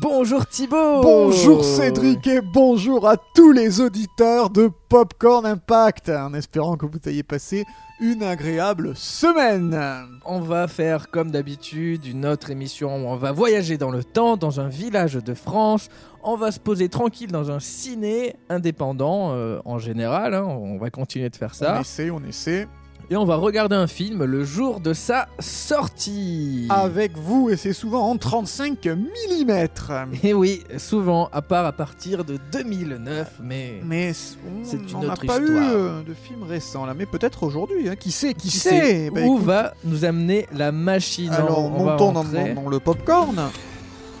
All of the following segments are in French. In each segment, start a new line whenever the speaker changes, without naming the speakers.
Bonjour Thibaut Oh.
Bonjour Cédric et bonjour à tous les auditeurs de Popcorn Impact, en espérant que vous ayez passé une agréable semaine.
On va faire comme d'habitude une autre émission où on va voyager dans le temps, dans un village de France. On va se poser tranquille dans un ciné indépendant euh, en général. hein, on va continuer de faire ça.
On essaie, on essaie.
Et on va regarder un film le jour de sa sortie.
Avec vous, et c'est souvent en 35 mm.
Et oui, souvent, à part à partir de 2009, mais...
Euh, Mais c- on
C'est une
on n'a
autre
pas eu
histoire.
euh, de film récent là, mais peut-être aujourd'hui. hein. Qui sait, qui,
Qui
sait, Bah,
où
écoute,
va nous amener la machine
Alors
On va
montons dans,
rentrer.
dans- dans le Hein? popcorn. hein.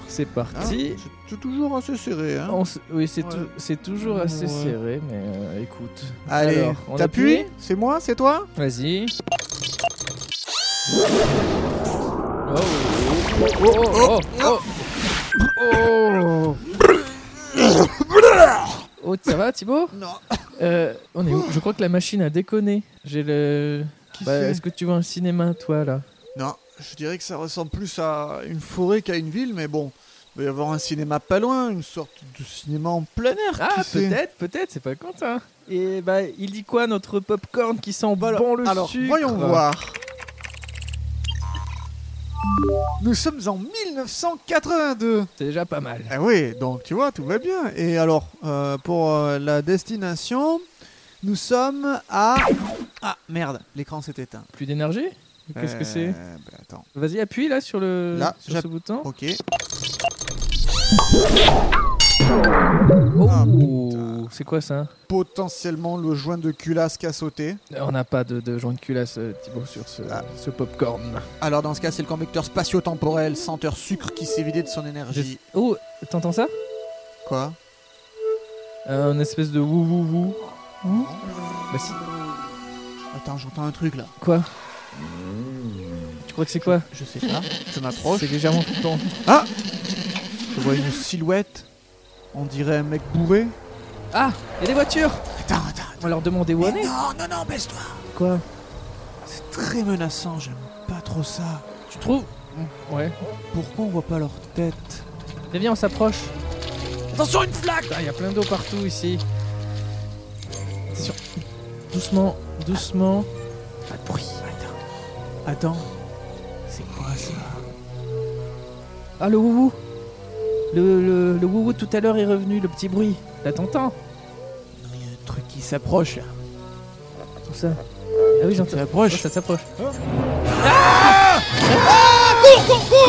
C'est parti.
C'est toujours assez serré. hein.
On s- oui, c'est
Ouais.
tou- c'est toujours assez
Ouais.
serré, mais euh, écoute.
Allez,
Alors, on
t'appuies
appuie
C'est moi, c'est toi
Vas-y. Oh. Oh, oh, oh, oh. Oh, ça va Thibaut
Non.
Euh, On est où Je crois que la machine a déconné. J'ai le.
Qui
Bah,
c'est
Est-ce que tu vois un cinéma toi là
Non, je dirais que ça ressemble plus à une forêt qu'à une ville, mais bon, il va y avoir un cinéma pas loin, une sorte de cinéma en plein air.
Ah
qui Eh ben, sait
peut-être, peut-être, c'est pas Quentin. Et bah il dit quoi notre popcorn qui sent
Voilà.
bon le
Alors,
sucre
voyons voir. Nous sommes en 1982.
C'est déjà pas mal.
Ah oui, donc tu vois, tout va bien. Et alors, euh, pour euh, la destination, nous sommes à... Ah, merde, l'écran s'est éteint.
Plus d'énergie Qu'est-ce
Euh,
que c'est
bah, Attends,
Vas-y, appuie là sur le
Là,
sur ce
j'app-
bouton.
ok.
Oh,
Ah, putain.
c'est quoi ça
Potentiellement le joint de culasse qui a sauté.
On n'a pas de, de joint de culasse euh, Thibaut sur ce,
Ah.
ce popcorn.
Alors dans ce cas, c'est le convecteur spatio-temporel, senteur sucre qui s'est vidé de son énergie.
Oh, t'entends ça
Quoi
Euh, Une espèce de wou wou wou. Bah, si.
Attends, j'entends un truc là.
Quoi Tu crois que c'est quoi
Je sais pas. Je m'approche.
C'est légèrement flippant.
Je vois une silhouette. On dirait un mec bourré.
Ah, il y a des voitures
Attends, attends.
On va leur demander où on
Mais
est.
non, non, non, baisse-toi.
Quoi
C'est très menaçant. J'aime pas trop ça.
Tu trouves Ouais.
Pourquoi on voit pas leur tête
Viens, viens, on s'approche.
Attention, une flaque
Putain, il y a plein d'eau partout ici. Attention. Doucement, doucement.
Pas de bruit. Attends. Attends. C'est quoi ça
Ah, le wouhou Le, le, le wouhou tout à l'heure est revenu, le petit bruit. Là, t'entends
Non, il y a un truc qui s'approche. là.
Tout ça. Ah oui,
Ça
j'entends. Oh,
s'approche.
ça s'approche.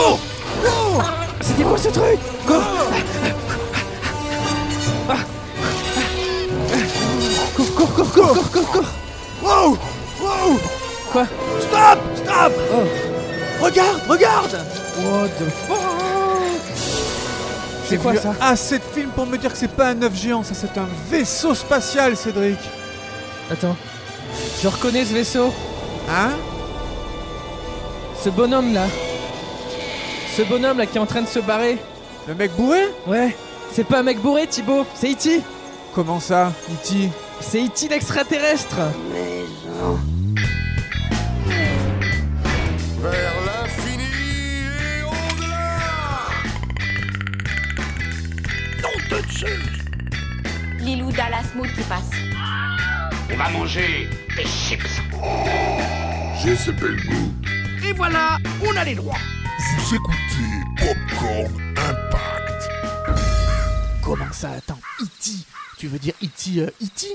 Ah C'était quoi ce truc Cours Ah. Cours, cours, cours, cours, cours, cours, cours
Wow Wow
Quoi
Stop Stop
Oh.
Regarde Regarde
What the fuck C'est quoi
vu
ça
Assez de films pour me dire que Ah, c'est pas un œuf géant, ça c'est un vaisseau spatial, Cédric.
Attends. Je reconnais ce vaisseau,
Hein
ce bonhomme là. Ce bonhomme là qui est en train de se barrer.
Le mec bourré
Ouais, c'est pas un mec bourré Thibaut, c'est Iti
Comment ça, E E.T.
C'est Iti l'extraterrestre
Vers l'infini et au-delà
Lilou Dallas Mood qui passe.
On va manger des chips.
Je s'appelle goût.
Et voilà, on a les droits.
Vous écoutez Popcorn Impact.
Comment ça Attends, E.T. Tu veux dire E.T. euh, E.T.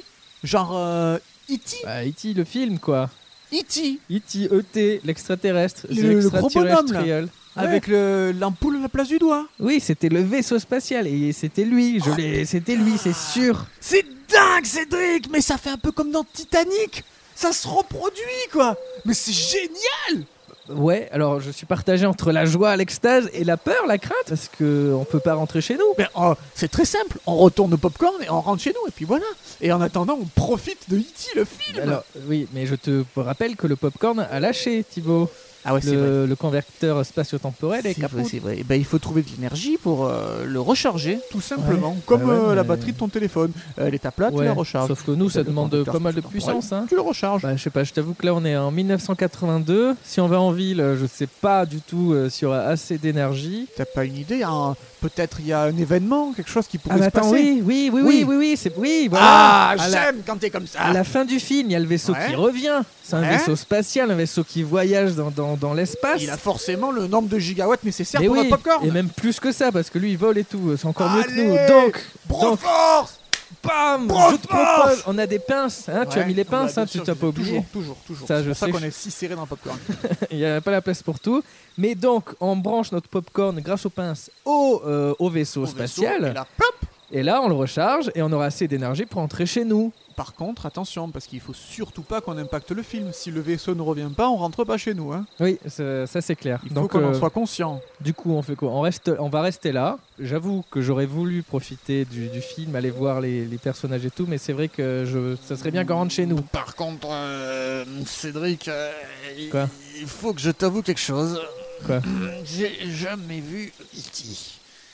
Genre euh, E E.T.
Bah, E.T. le film, quoi.
E.T.
E.T. E.T. E l'extraterrestre.
Le- le gros bonhomme, là.
Extraterrestrial. Ouais.
Avec le- l'ampoule à la place du doigt.
Oui, c'était le vaisseau spatial et c'était lui. Je l'ai. C'était lui, c'est sûr.
C'est dingue, Cédric Mais ça fait un peu comme dans Titanic Ça se reproduit, quoi Mais c'est génial
Ouais. Alors, je suis partagé entre la joie, l'extase et la peur, la crainte, parce que on peut pas rentrer chez nous.
Ben, oh, c'est très simple, on retourne au popcorn et on rentre chez nous, et puis voilà. Et en attendant, on profite de E.T. le film.
Alors, oui, mais je te rappelle que le popcorn a lâché, Thibaut.
ah ouais,
Le, le converteur spatio-temporel est
C'est vrai,
capote.
c'est vrai. Eh ben, il faut trouver de l'énergie pour euh, le recharger. Tout
simplement.
Bah
Comme, euh, la batterie de
ton téléphone. Euh, Elle est à plat,
Ouais, Sauf que nous, ça
Le
demande
conducteur
pas mal de
spatio-temporel.
puissance, hein.
Tu le recharges.
Bah, je sais pas, je t'avoue que là on est en 1982. Si on va en ville, euh, je sais pas du tout euh, si on a assez d'énergie.
T'as pas une idée, un Peut-être il y a un événement, quelque chose qui pourrait
Ah, mais
se
attends,
passer.
oui, oui, oui, oui,
Oui.
oui, oui, c'est oui. voilà.
Ah,
À la-
j'aime quand t'es comme
À
ça.
la fin du film, il y a le vaisseau
Ouais.
qui revient. C'est un
Ouais.
vaisseau spatial, un vaisseau qui voyage dans, dans, dans l'espace.
Il a forcément le nombre de gigawatts nécessaire
Mais
pour
oui,
un popcorn.
et même plus que ça, parce que lui, il vole et tout. C'est encore mieux que nous.
Allez,
Donc, donc
Broforce
bam,
Bravo
je te propose. On a des pinces. hein, tu as
Ouais,
mis les pinces,
bah,
hein,
bien
tu
sûr,
t'as pas oublié.
Toujours, toujours, toujours.
Ça,
C'est
je
pour ça
sais,
qu'on
je-
est si serré dans le popcorn.
Il n'y a pas la place pour tout. Mais donc, on branche notre popcorn grâce aux pinces au, euh, au vaisseau
Au vaisseau,
spatial.
et là, plop
et là, on le recharge et on aura assez d'énergie pour rentrer chez nous.
Par contre, attention, parce qu'il faut surtout pas qu'on impacte le film. Si le vaisseau ne revient pas, on rentre pas chez nous. Hein.
Oui, ça ça, c'est clair.
Il faut
donc,
qu'on en
euh,
soit conscient.
Du coup, on fait quoi on, reste, on va rester là. J'avoue que j'aurais voulu profiter du, du film, aller voir les, les personnages et tout, mais c'est vrai que je, ça serait Eh bien qu'on rentre chez nous.
Par contre, euh, Cédric, euh, il-
Quoi
il faut que je t'avoue quelque chose. Euh,
Quoi
J'ai jamais vu E E.T.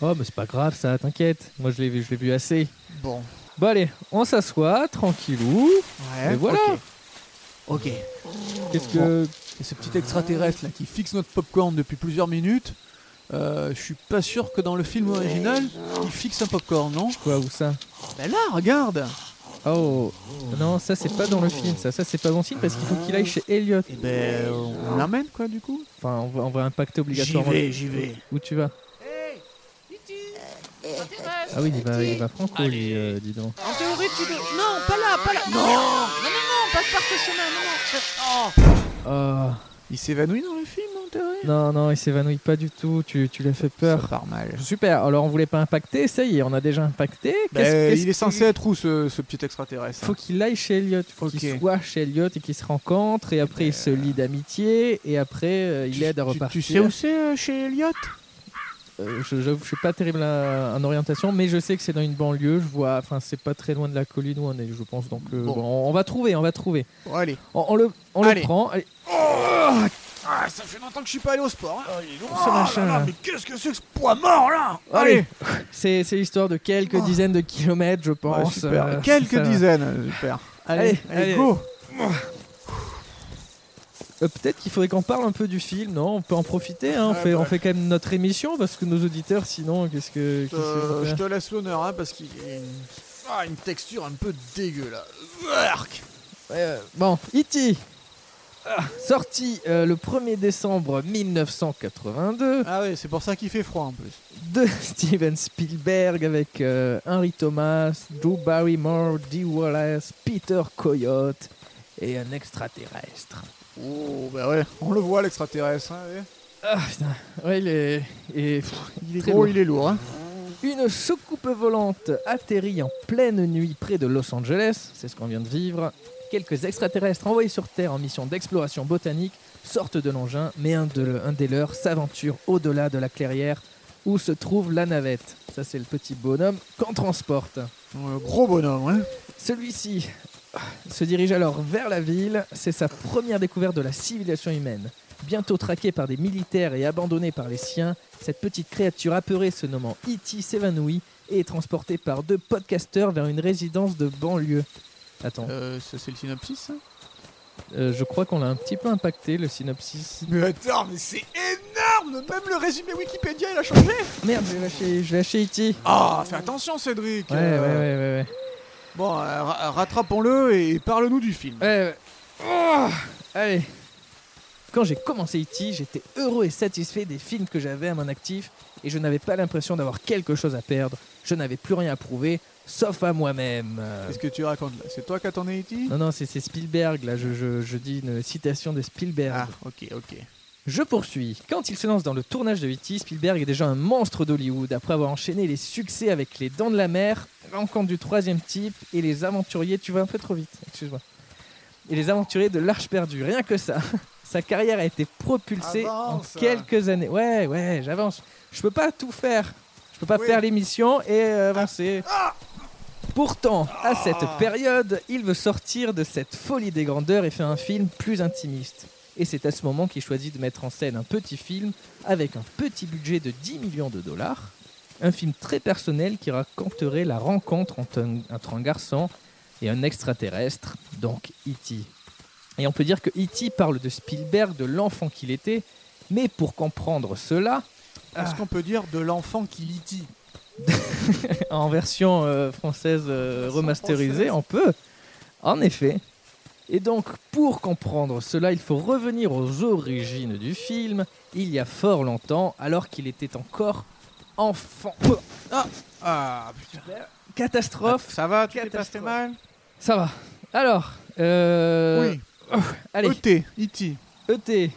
Oh, mais c'est pas grave, ça, t'inquiète. Moi, je l'ai vu, je l'ai vu assez.
Bon,
Bon, allez, on s'assoit, tranquillou.
Ouais.
Hein
et voilà.
ok.
ok.
Qu'est-ce que.
Et ce petit extraterrestre là qui fixe notre popcorn depuis plusieurs minutes, euh, je suis pas sûr que dans le film original, il fixe un popcorn, non
Quoi, ou ça
Ben là, regarde
Oh, non, ça, c'est pas dans le film, ça. Ça, c'est pas bon signe parce qu'il faut qu'il aille chez Elliot.
Et ben, on l'emmène quoi du coup
Enfin, on va, on va impacter
J'y
obligatoirement.
vais, j'y vais.
Où tu vas Ah oui, il va, il va franco, lui, euh, dis donc.
En théorie, tu dois. Non, pas là, pas là. Non, non, non, non, pas par ce chemin, non, non.
Ah.
Oh.
Il s'évanouit dans le film en théorie
Non, non, il s'évanouit pas du tout, tu, tu l'as fait
Ça
peur.
part mal.
Super, alors on voulait pas impacter, ça y est, on a déjà impacté.
Ben,
Qu'est-ce- qu'est-ce
il est censé
qu'il-
être où ce, ce petit extraterrestre
Faut qu'il aille chez Elliot, faut qu'il
Ok. Ben,
soit chez Elliot et qu'il se rencontre, et après il se lie d'amitié, et après euh, il
hein Tu-
aide à
tu-
repartir.
Tu, sais où c'est euh, chez Elliot
Euh, je, j'avoue, je suis pas terrible à- en orientation, mais je sais que c'est dans une banlieue, je vois, enfin c'est pas très loin de la colline où on est, je pense, donc euh,
Bon.
bon, on, on va trouver, on va trouver.
Bon, allez.
On, on le, on le
Allez.
prend, allez,
Ah, ça fait longtemps que je suis pas allé au sport.
Ah,
hein.
ce machin là.
Mais qu'est-ce que c'est que ce poids mort là
Allez, Oh.
C'est, c'est l'histoire de quelques dizaines de kilomètres, je
Ouais,
pense.
super.
euh,
Quelques
ça va.
dizaines, euh, super. Allez,
Allez,
allez,
allez.
go
Euh, Peut-être qu'il faudrait qu'on parle un peu du film, non On peut en profiter,
Ah,
hein, on, fait,
bah.
on fait quand même notre émission parce que nos auditeurs, sinon, qu'est-ce que. qu'est-ce qu'ils vont
Euh, Je
faire
te laisse l'honneur hein, parce qu'il y a une... ah, une texture un peu dégueulasse. Arc
Ouais, euh, bon, E.T. Ah, Sorti euh, le 1er décembre 1982
Ah ouais, c'est pour ça qu'il fait froid en plus.
de Steven Spielberg avec euh, Henry Thomas, Drew Barrymore, Dee Wallace, Peter Coyote et un extraterrestre.
Oh, bah ouais, on le voit l'extraterrestre. hein, ouais.
Ah putain, ouais, il est. et, pff,
Il est
Très
gros,
lourd.
il est lourd. Hein.
Une soucoupe volante atterrit en pleine nuit près de Los Angeles, c'est ce qu'on vient de vivre. Quelques extraterrestres envoyés sur Terre en mission d'exploration botanique sortent de l'engin, mais un, de- un des leurs s'aventure au-delà de la clairière où se trouve la navette. Ça c'est le petit bonhomme qu'on transporte.
Ouais, gros bonhomme. Hein.
Celui-ci se dirige alors vers la ville, c'est sa première découverte de la civilisation humaine. Bientôt traqué par des militaires et abandonné par les siens, cette petite créature apeurée se nommant E.T. s'évanouit et est transportée par deux podcasteurs vers une résidence de banlieue. Attends,
Euh, ça, c'est le synopsis
hein.
ça
euh, je crois qu'on l'a un petit peu impacté le synopsis.
Mais attends, mais c'est énorme Même le résumé Wikipédia, il a changé
Merde, je vais lâcher, je vais lâcher E.T.
Ah, fais attention Cédric
Ouais, ouais,
euh,
ouais, ouais, ouais.
Bon, euh, ra- rattrapons-le et parle-nous du film.
Ouais, ouais. Oh Allez. Quand j'ai commencé E.T., j'étais heureux et satisfait des films que j'avais à mon actif et je n'avais pas l'impression d'avoir quelque chose à perdre. Je n'avais plus rien à prouver, sauf à moi-même. Euh,
Qu'est-ce que tu racontes là C'est toi qui E attendais E.T.
Non, non, c'est c'est Spielberg, là, je, je- je dis une citation de Spielberg.
Ah, ok, ok.
Je poursuis. Quand il se lance dans le tournage de E.T., Spielberg est déjà un monstre d'Hollywood. Après avoir enchaîné les succès avec Les Dents de la Mer, Rencontre du Troisième Type et Les Aventuriers, tu vas un peu trop vite, excuse-moi. Et Les Aventuriers de l'Arche Perdue, rien que ça. Sa carrière a été propulsée
Avance.
en quelques années. Ouais, ouais, j'avance. Je peux pas tout faire. Je peux pas
Oui.
faire l'émission et euh, avancer. Pourtant, à cette période, il veut sortir de cette folie des grandeurs et faire un film plus intimiste. Et c'est à ce moment qu'il choisit de mettre en scène un petit film avec un petit budget de 10 millions de dollars. Un film très personnel qui raconterait la rencontre entre un, entre un garçon et un extraterrestre, donc E.T. Et on peut E dire que E.T. parle de Spielberg, de l'enfant qu'il était, mais pour comprendre cela,
Est-ce qu'on peut dire de l'enfant qui E litit
en version euh, française euh, remasterisée, on peut. En effet. Et donc, pour comprendre cela, il faut revenir aux origines du film, il y a fort longtemps, alors qu'il était encore enfant.
Ah putain.
Catastrophe,
Ah, Ça va, tu t'es
Catastrophe.
passé mal
ça va. Alors, euh,
Oui. E
allez,
E.T. E.T.
ET. E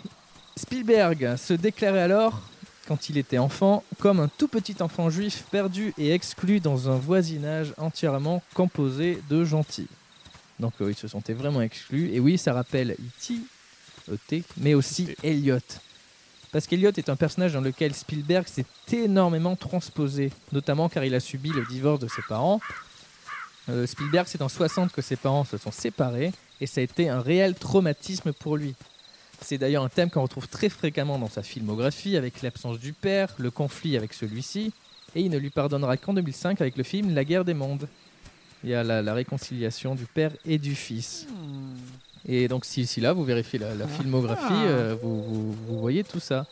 Spielberg se déclarait alors, quand il était enfant, comme un tout petit enfant juif perdu et exclu dans un voisinage entièrement composé de gentils. Donc euh, ils se sentaient vraiment exclus. Et oui, ça rappelle E E.T., E.T., mais aussi Elliot. Parce qu'Elliot est un personnage dans lequel Spielberg s'est énormément transposé, notamment car il a subi le divorce de ses parents. Euh, Spielberg, c'est en 60 que ses parents se sont séparés, et ça a été un réel traumatisme pour lui. C'est d'ailleurs un thème qu'on retrouve très fréquemment dans sa filmographie, avec l'absence du père, le conflit avec celui-ci, et il ne lui pardonnera qu'en 2005 avec le film La guerre des mondes. Il y a la, la réconciliation du père et du fils. Et donc si, si là, vous vérifiez la, la filmographie, euh, vous, vous- vous voyez tout ça.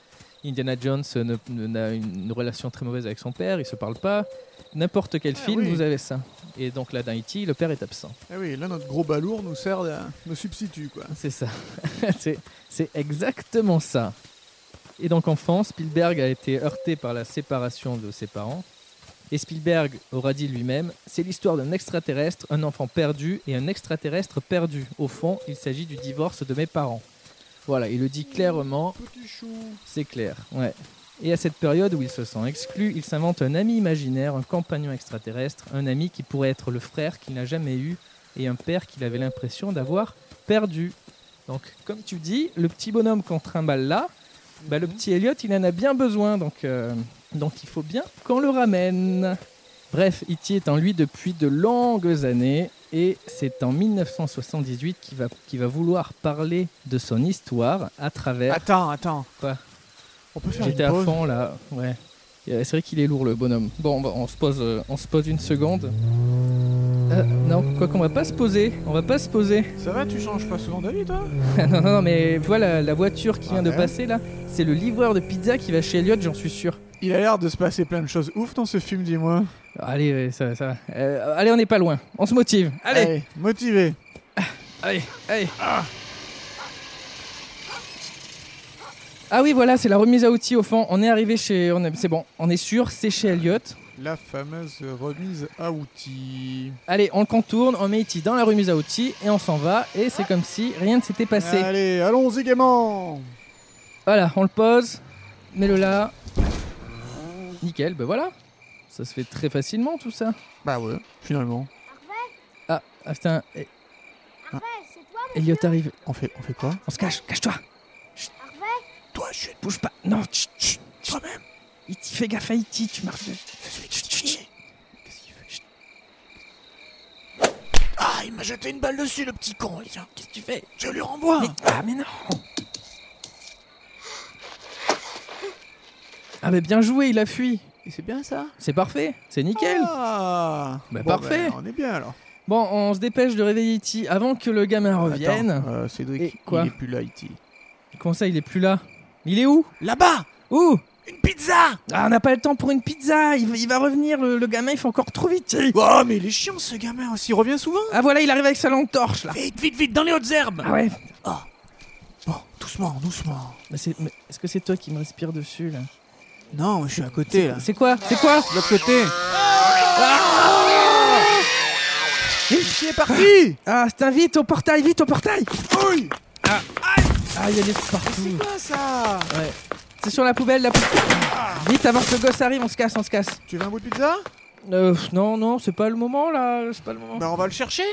Indiana Jones euh, ne- ne- n'a une, une relation très mauvaise avec son père, il se parle pas. N'importe quel
Ah
film,
oui.
vous avez ça. Et donc là, dans E.T., le père est absent.
Ah oui, là notre gros balourd nous sert de, de substitut quoi.
C'est ça. c'est, c'est exactement ça. Et donc enfant, Spielberg a été heurté par la séparation de ses parents. Et Spielberg aura dit lui-même, c'est l'histoire d'un extraterrestre, un enfant perdu et un extraterrestre perdu. Au fond, il s'agit du divorce de mes parents. Voilà, il le dit clairement,
Petit chou.
c'est clair. Ouais. Et à cette période où il se sent exclu, il s'invente un ami imaginaire, un compagnon extraterrestre, un ami qui pourrait être le frère qu'il n'a jamais eu et un père qu'il avait l'impression d'avoir perdu. Donc, comme tu dis, le petit bonhomme qu'on trimballe là, bah, le petit Elliot, il en a bien besoin, donc, euh, donc il faut bien qu'on le ramène. Bref, E.T. est en lui depuis de longues années et c'est en 1978 qu'il va, qu'il va vouloir parler de son histoire à travers...
Attends, attends.
Quoi
On peut faire
J'étais
une
à
pause
fond là, ouais. Euh, C'est vrai qu'il est lourd le bonhomme. Bon, on va- on se pose, euh, on se pose une seconde. Euh, non, quoi qu'on va pas se poser, on va pas se poser.
Ça va, tu changes pas souvent d'avis toi
Ah, non, non, non, mais voilà la, la voiture qui vient de
Ouais.
passer là, c'est le livreur de pizza qui va chez Elliot, j'en suis sûr.
Il a l'air de se passer plein de choses ouf dans ce film, dis-moi.
Allez, ouais, ça, va, ça. va. Euh, allez, on n'est pas loin. On se motive. Allez,
Motivé.
allez, allez. Ah, Ah oui, voilà, c'est la remise à outils au fond. On est arrivé chez, on est- c'est bon, on est sûr, c'est chez Elliot.
La fameuse remise à outils.
Allez, on le contourne, on met E.T. dans la remise à outils et on s'en va. Et c'est comme si rien ne s'était passé.
Allez, allons-y gaiement
Voilà, on le pose, mets-le là. Nickel, ben voilà. Ça se fait très facilement tout ça.
Bah ouais, finalement.
Ah, ah, putain, eh,
c'est toi,
Elliot arrive.
On fait, on fait quoi
On se cache, cache-toi.
Toi, chut,
Bouge pas. Non, chut, chut.
toi-même
E.T., fais gaffe à E.T., tu marches dessus.
Qu'est-ce qu'il fait Chut. Ah, il m'a jeté une balle dessus, le petit con Tiens, qu'est-ce que tu fais Je lui renvoie
Ah, mais non. Ah, mais bien joué, il a fui.
Et c'est bien ça
C'est parfait, c'est nickel.
Ah
Bah,
Bon,
parfait.
bah, On est bien alors
Bon, on se dépêche de réveiller E.T. avant que le gamin revienne.
Attends, euh, Cédric,
Et quoi
il est plus là, E Haïti.
Comment ça, il est plus là Il est où
Là-bas
Où
Une pizza
Ah, on n'a pas le temps pour une pizza Il, va- il va revenir, le, le gamin, il faut encore trop vite
Oh, mais il est chiant ce gamin aussi, il revient souvent
Ah voilà, il arrive avec sa lampe torche, là
Vite, vite, vite, dans les hautes herbes
Ah ouais
Bon, Oh, doucement, doucement.
Mais c'est- mais Est-ce que c'est toi qui me respire dessus, là
Non, je suis à côté là.
C'est quoi C'est quoi
De l'autre côté. Il est parti
Ah, c'est un vite, au portail, vite, au portail
Oui
Ah, il y a des trucs partout
quoi ça
Ouais. C'est sur la poubelle, la poubelle Vite, avant que le gosse arrive, on se casse, on se casse
Tu veux un bout de pizza
Euh, non, non, c'est pas le moment, là, c'est pas le moment.
Bah on va le chercher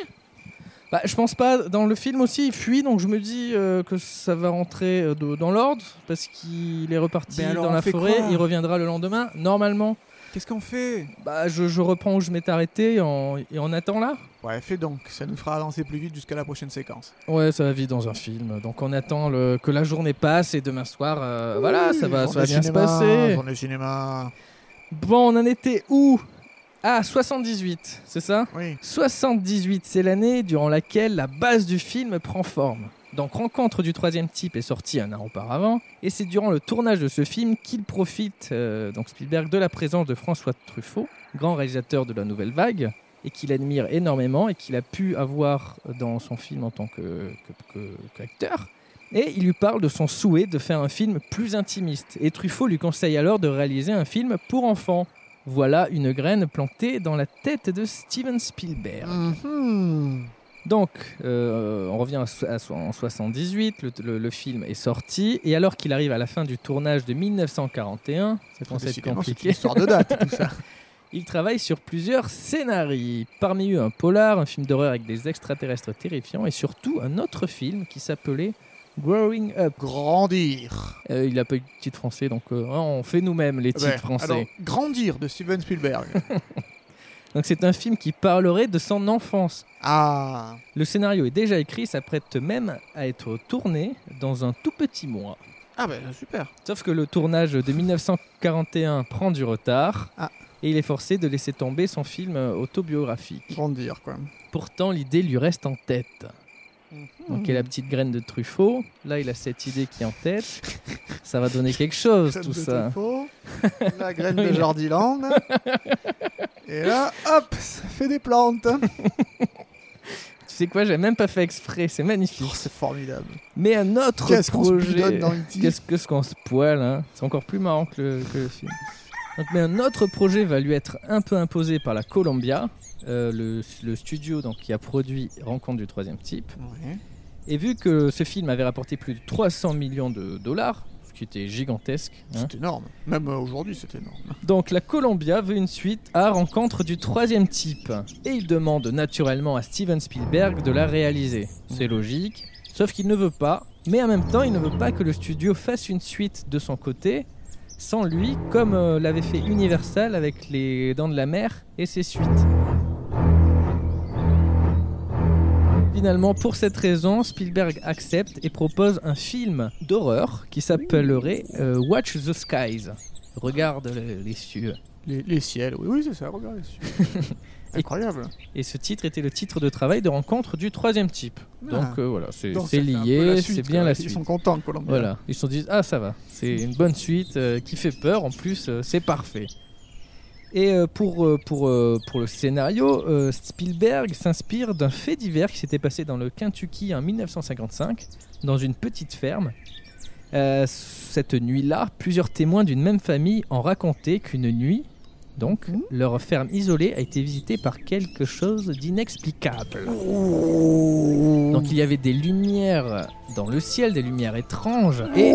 Bah, je pense pas. Dans le film aussi, il fuit, donc je me dis euh, que ça va rentrer euh, de- dans l'ordre parce qu'il est reparti
Mais alors,
dans
on
la
fait
forêt.
quoi
Il reviendra le lendemain, normalement.
Qu'est-ce qu'on fait
Bah, je, je reprends où je m'étais arrêté et on, et on attend là.
Ouais, fais donc, ça nous fera avancer plus vite jusqu'à la prochaine séquence.
Ouais, ça va vite dans un film. Donc on attend le- que la journée passe et demain soir, euh, voilà, ça va, ça va bien se passer.
le cinéma.
Bon, on en était où Ah, 78, c'est ça
Oui.
78, c'est l'année durant laquelle la base du film prend forme. Donc Rencontre du troisième type est sorti un an auparavant, et c'est durant le tournage de ce film qu'il profite, euh, donc Spielberg, de la présence de François Truffaut, grand réalisateur de la Nouvelle Vague, et qu'il admire énormément, et qu'il a pu avoir dans son film en tant que- que- que- qu'acteur. et il lui parle de son souhait de faire un film plus intimiste, et Truffaut lui conseille alors de réaliser un film pour enfants. Voilà une graine plantée dans la tête de Steven Spielberg.
Mhm.
Donc, euh, on revient à so- à so- en 78, le, le- le film est sorti, et alors qu'il arrive à la fin du tournage de 1941, c'est censé être
Décidément, C'est
compliqué,
une histoire de date, tout ça.
il travaille sur plusieurs scénarios, parmi eux un polar, un film d'horreur avec des extraterrestres terrifiants, et surtout un autre film qui s'appelait Growing Up.
Grandir.
Euh, il n'a pas eu de titre français, donc euh, hein, on fait nous-mêmes les titres
Ouais.
français.
Ah ben, Alors, Grandir de Steven Spielberg.
Donc c'est un film qui parlerait de son enfance.
ah.
Le scénario est déjà écrit, s'apprête même à être tourné dans un tout petit mois.
Ah ben super.
Sauf que le tournage de 1941 prend du retard
Ah.
et il est forcé de laisser tomber son film euh, autobiographique.
Grandir quoi.
Pourtant, l'idée lui reste en tête.
Hmm.
Donc, il y a la petite graine de Truffaut. Là, il a cette idée qui est en tête. Ça va donner quelque chose,
Graine
tout
de
ça.
Truffaut, la graine de Jardiland. Et là, hop, ça fait des plantes.
Oh, Tu sais quoi, j'ai même pas fait exprès. C'est magnifique.
Oh, c'est formidable.
Mais un autre
Qu'est-ce qu'on se
projet.
bidonne dans E.T.
Qu'est-ce que ce qu'on se poil, hein C'est encore plus marrant que le, que le film. Donc, mais un autre projet va lui être un peu imposé par la Columbia, euh, le, le studio donc, qui a produit Rencontre du troisième type.
Ouais.
Et vu que ce film avait rapporté plus de 300 millions de dollars, ce qui était gigantesque, hein,
C'est énorme. Même euh, aujourd'hui, c'est énorme.
donc la Columbia veut une suite à Rencontre du troisième type. Et il demande naturellement à Steven Spielberg de la réaliser. C'est logique. Sauf qu'il ne veut pas. Mais en même temps, il ne veut pas que le studio fasse une suite de son côté sans lui, comme euh, l'avait fait Universal avec les Dents de la Mer et ses suites. Finalement, pour cette raison, Spielberg accepte et propose un film d'horreur qui s'appellerait euh, Watch the Skies. Regarde le- les cieux.
Les, les ciels, oui, oui, c'est ça, regarde les ciels. Incroyable.
Et ce titre était le titre de travail de rencontre du troisième type. Donc euh, voilà, c'est
Ah. Donc,
c'est
ça fait un peu la
lié,
suite,
c'est bien
quoi.
la
Ils
suite.
sont contents, Colombien.
Voilà, ils se sont dit ah ça va, c'est une bonne suite euh, qui fait peur en plus, euh, c'est parfait. Et euh, pour, euh, pour, euh, pour le scénario, euh, Spielberg s'inspire d'un fait divers qui s'était passé dans le Kentucky en 1955, dans une petite ferme. Euh, cette nuit-là, plusieurs témoins d'une même famille ont raconté qu'une nuit, donc,
Mhm.
leur ferme isolée a été visitée par quelque chose d'inexplicable. Donc il y avait des lumières dans le ciel, des lumières étranges, et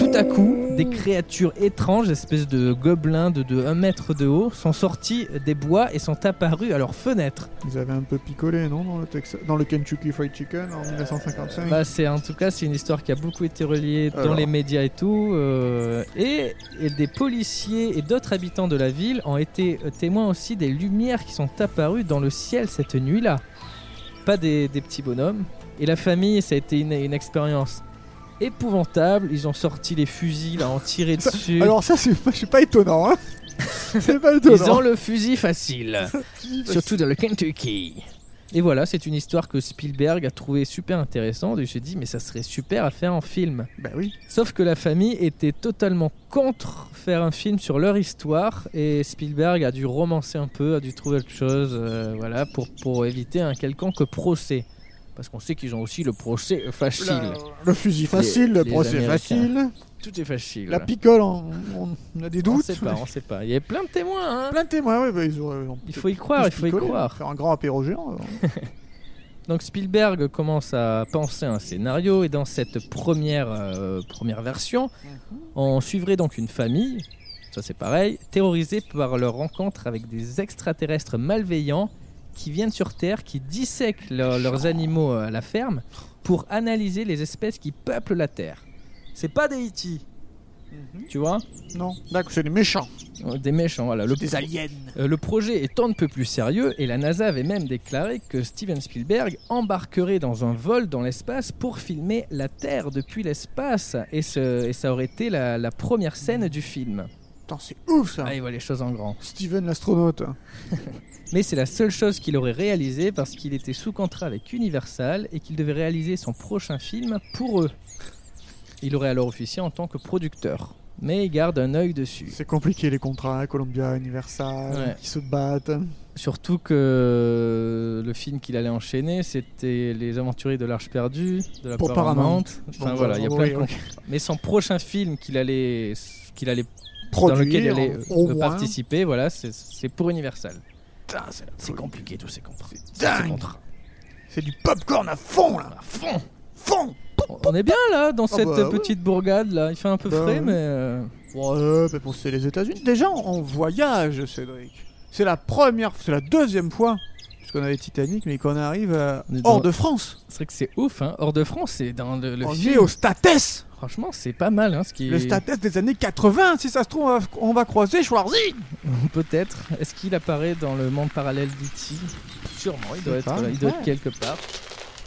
tout à coup, des créatures étranges, espèces de gobelins de, de 1 mètre de haut, sont sortis des bois et sont apparus à leurs fenêtres.
Ils avaient un peu picolé, non, dans le, Texas... dans le Kentucky Fried Chicken en 1955.
Bah, c'est en tout cas c'est une histoire qui a beaucoup été reliée dans
Alors.
les médias et tout. euh, et, et des policiers et d'autres habitants de la ville ont été euh, témoins aussi des lumières qui sont apparues dans le ciel cette nuit-là. Pas des, des petits bonhommes. Et la famille, ça a été une, une expérience épouvantable. Ils ont sorti les fusils, là, ont tiré dessus.
Alors, ça, c'est pas, c'est pas étonnant, hein. c'est pas
Ils ont
étonnant.
le fusil facile, surtout dans le Kentucky. Et voilà, c'est une histoire que Spielberg a trouvée super intéressante. Il se dit, mais ça serait super à faire en film.
Bah oui.
Sauf que la famille était totalement contre faire un film sur leur histoire et Spielberg a dû romancer un peu, a dû trouver autre chose, euh, voilà, pour, pour éviter un quelconque procès. Parce qu'on sait qu'ils ont aussi le procès facile.
Le fusil facile, le
les
procès
Américains.
facile,
Tout est facile.
la picole, on, on- on a des
on
doutes.
sait pas, on sait pas. Il y a plein de témoins, hein
Plein de témoins, ouais, bah, ils auraient- ils ont
Il
peut-être
faut y croire,
tous
il faut y
picolé,
croire.
Faire un grand apéro géant. alors.
Donc Spielberg commence à penser un scénario et dans cette première, euh, première version, on suivrait donc une famille, ça c'est pareil, terrorisée par leur rencontre avec des extraterrestres malveillants qui viennent sur Terre, qui dissèquent leur- leurs animaux euh, à la ferme pour analyser les espèces qui peuplent la Terre. C'est pas des E.T., tu vois
non, d'accord, c'est des méchants,
Des méchants, voilà. Le
des
pro-
aliens.
euh, Le projet est un peu plus sérieux et la NASA avait même déclaré que Steven Spielberg embarquerait dans un vol dans l'espace pour filmer la Terre depuis l'espace et, ce- et ça aurait été la, la première scène du film.
Putain, c'est ouf ça
Ah, il voit les choses en grand.
Steven l'astronaute.
Mais c'est la seule chose qu'il aurait réalisée parce qu'il était sous contrat avec Universal et qu'il devait réaliser son prochain film pour eux. Il aurait alors officié en tant que producteur. Mais il garde un œil dessus.
C'est compliqué les contrats, Columbia, Universal,
Ouais.
qui se battent.
Surtout que le film qu'il allait enchaîner, c'était Les Aventuriers de l'Arche Perdue, de la
Pour
Paramount.
Paramount.
Enfin
Bon,
voilà, il y a
bon,
plein de
oui,
con- Mais son prochain film qu'il allait, qu'il allait
Produire,
dans lequel il allait euh,
au moins.
participer, voilà, c'est- c'est pour Universal. C'est compliqué tous ces contrats. Ces
Dingue
contrats.
C'est du popcorn à fond là
À fond.
Fond
On on est bien là dans cette
bah, ouais.
petite bourgade là. Il fait un peu
Bah,
frais
ouais.
mais euh,
Ouais, mais bon, c'est les États-Unis. Déjà, on voyage, Cédric. C'est la première, c'est la deuxième fois, puisqu'on avait Titanic, mais qu'on arrive euh,
On est dans-
hors de France.
c'est vrai que c'est ouf. Hein. Hors de France, c'est dans le, le
on
film.
est au Statès
Franchement, c'est pas mal. Hein, ce qui
Le Statès des années 80, si ça se trouve, on va, on va croiser Schwarzy
Peut-être. Est-ce qu'il apparaît dans le monde parallèle d'E.T. Sûrement, il doit,
sais
être,
pas.
là, il doit être quelque part.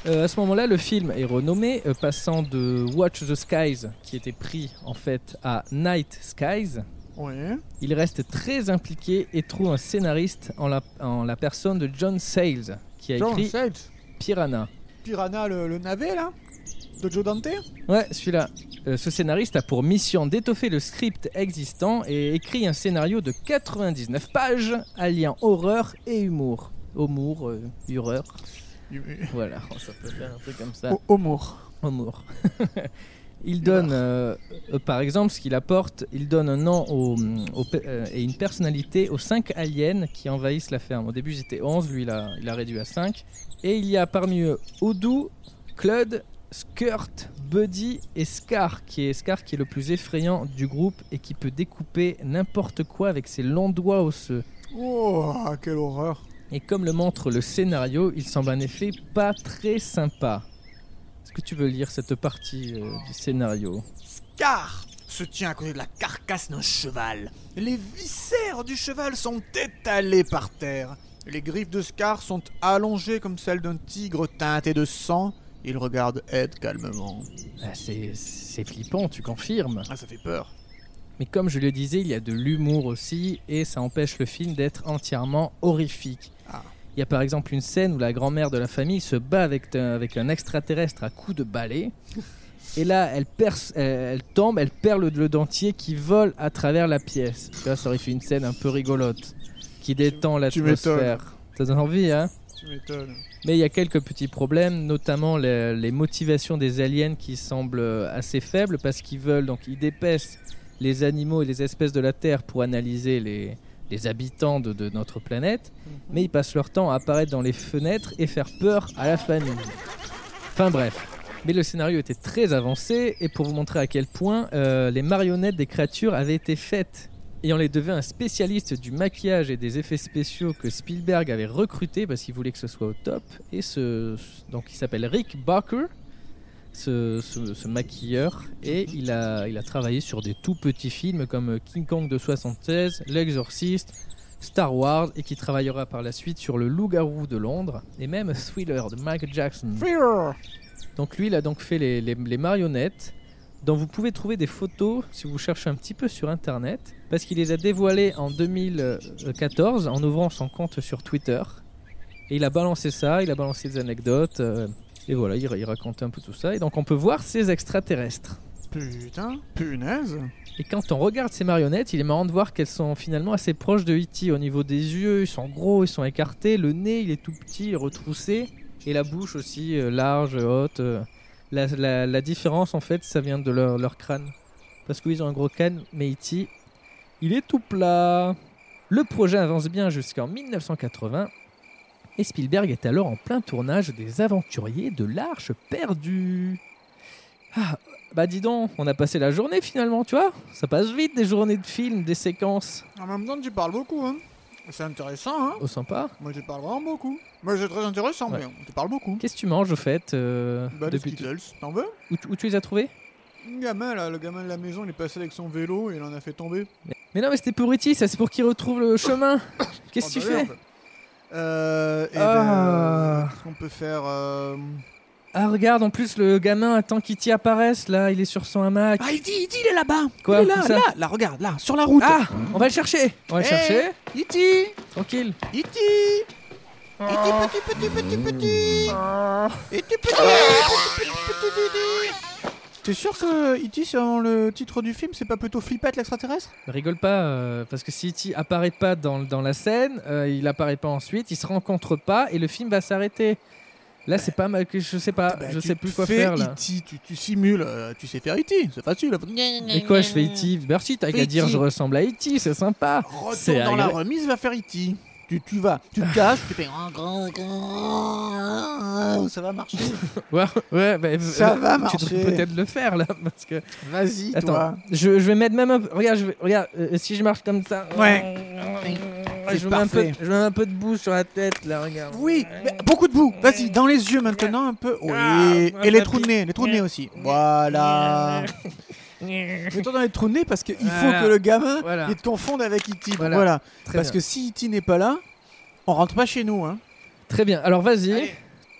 Euh, à ce moment-là, le film est renommé, euh, passant de Watch the Skies, qui était pris en fait à Night Skies.
Ouais.
Il reste très impliqué et trouve un scénariste en la, en la personne de John Sayles, qui a
John
écrit
Sayles.
Piranha.
Piranha, le, le navet, là De Joe Dante
Ouais, celui-là. Euh, ce scénariste a pour mission d'étoffer le script existant et écrit un scénario de 99 pages alliant horreur et humour. Humour, euh, hureur, voilà, ça peut faire un truc comme ça.
Au- Homour.
Humour. il donne, euh, euh, par exemple, ce qu'il apporte, il donne un nom au, au pe- euh, et une personnalité aux 5 aliens qui envahissent la ferme. Au début, ils étaient 11, lui, il a, il a réduit à 5. Et il y a parmi eux Odoo, Claude, Skurt, Buddy et Scar, qui est Scar qui est le plus effrayant du groupe et qui peut découper n'importe quoi avec ses longs doigts osseux.
Oh, quelle horreur.
Et comme le montre le scénario, il semble en effet pas très sympa. Est-ce que tu veux lire cette partie euh, du scénario
Car se tient à côté de la carcasse d'un cheval. Les viscères du cheval sont étalées par terre.
Les griffes de Scar sont allongées comme celles d'un tigre teinté de sang. Il regarde Ed calmement.
Ah, c'est- C'est flippant, tu confirmes.
Ah, ça fait peur.
Mais comme je le disais, il y a de l'humour aussi et ça empêche le film d'être entièrement horrifique.
Ah.
Il y a par exemple une scène où la grand-mère de la famille se bat avec, un- avec un extraterrestre à coups de balai. Et là, elle, perce- euh, elle, elle tombe, elle perd le, le dentier qui vole à travers la pièce. Tu vois, ça aurait fait une scène un peu rigolote qui détend
tu
l'atmosphère. Ça donne envie, hein
Tu m'étonnes.
mais il y a quelques petits problèmes, notamment les, les motivations des aliens qui semblent euh, assez faibles parce qu'ils veulent, donc ils dépècent les animaux et les espèces de la Terre pour analyser les, les habitants de, de notre planète, mais ils passent leur temps à apparaître dans les fenêtres et faire peur à la famille. Enfin bref. Mais le scénario était très avancé et pour vous montrer à quel point euh, les marionnettes des créatures avaient été faites. Et on les devait un spécialiste du maquillage et des effets spéciaux que Spielberg avait recruté parce qu'il voulait que ce soit au top. Et ce, ce- donc il s'appelle Rick Barker, ce, ce- ce maquilleur. Et il a, il a travaillé sur des tout petits films comme King Kong de 76, L'Exorciste, Star Wars et qui travaillera par la suite sur Le Loup-garou de Londres et même Thriller de Michael Jackson. Donc lui, il a donc fait les, les- les marionnettes, dont vous pouvez trouver des photos si vous cherchez un petit peu sur Internet, parce qu'il les a dévoilées en 2014 en ouvrant son compte sur Twitter. Et il a balancé ça, il a balancé des anecdotes, euh, et voilà, il, ra- il racontait un peu tout ça. Et donc on peut voir ces extraterrestres.
Putain, punaise.
Et quand on regarde ces marionnettes, il est marrant de voir qu'elles sont finalement assez proches de E.T. au niveau des yeux, ils sont gros, ils sont écartés, le nez il est tout petit, il est retroussé, et la bouche aussi euh, large, haute. euh. La, la- la différence en fait, ça vient de leur, leur crâne. Parce qu'ils ont un gros crâne, mais E.T. il est tout plat. Le projet avance bien jusqu'en 1980, et Spielberg est alors en plein tournage des Aventuriers de l'Arche perdue. Ah, bah dis donc, on a passé la journée finalement, tu vois Ça passe vite des journées de films, des séquences.
En même temps, tu parles beaucoup, hein. C'est intéressant, hein.
Oh sympa.
Moi, je parle vraiment beaucoup. Moi, c'est très intéressant,
Ouais.
mais tu parles beaucoup.
Qu'est-ce que tu manges au fait euh,
Bah, les
depuis tu-
Skittles, t'en veux
où, tu- où tu les as trouvés
Le gamin, là, le gamin de la maison, il est passé avec son vélo et il en a fait tomber.
Mais non, mais c'était pour Iti, ça c'est pour qu'il retrouve le chemin. Qu'est-ce que tu
Oh, bah,
fais
merde. Euh. eh ben,
Ah.
euh, qu'est-ce qu'on peut faire euh,
Ah, regarde, en plus, le gamin attend qu'Itty apparaisse, là, il est sur son hamac.
Ah, il dit, il dit, il est là-bas.
Quoi,
Il est
où
là,
ça
là, là, regarde, là, sur la route.
Ah, on va le chercher On va le
Hey.
chercher,
Iti,
tranquille.
Iti, Iti, petit, petit, petit, petit. Iti, petit, petit, petit, petit, petit. T'es sûr que Iti, sur le titre du film, c'est pas plutôt Flippette l'extraterrestre
Rigole pas, euh, parce que si Itty apparaît pas dans, dans la scène, euh, il apparaît pas ensuite, il se rencontre pas, et le film va s'arrêter. Là, c'est pas mal, que je sais pas,
Bah,
Ah, je
tu
sais plus quoi
fais
faire, là.
E.T., tu, tu simules, euh, tu sais faire Iti, c'est facile.
Mais quoi, je fais Itty Merci, t'as qu'à
Fais
dire
E.T..
je ressemble à Itty, c'est sympa. C'est
Retourne dans la
agréable.
remise, va faire Iti. Tu, tu vas, tu te caches, tu fais. oh, Ça va marcher.
Ouais, ouais, bah,
Ça
euh,
va
Tu devrais
marcher.
peut-être le faire, là, parce que...
Vas-y,
Attends,
toi.
je, je vais mettre même un peu. Regarde, je vais- regarde euh, si je marche comme ça.
Ouais.
Ouais, je,
C'est
mets un peu,
parfait.
je mets un peu de boue sur la tête, là, regarde.
Oui, mais beaucoup de boue. Vas-y, dans les yeux maintenant un peu. Oui.
Ah,
Et les
ma
trous de nez, les trous de nez aussi. Voilà. Mets-toi dans les trous de nez parce qu'il
Voilà.
faut que le gamin
Voilà.
il te confonde avec E Iti.
Voilà.
Voilà.
Très
Parce
bien.
que si Iti n'est pas là, on rentre pas chez nous. Hein.
Très bien, alors vas-y.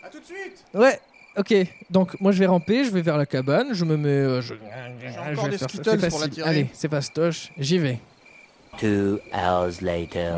À tout de suite.
Ouais, ok. Donc, moi, je vais ramper, je vais vers la cabane, je me mets. euh, je...
encore
je vais
des
faire ça,
Skittles
c'est
pour la
facile.
tirer.
Allez, c'est fastoche, j'y vais.
Two hours later.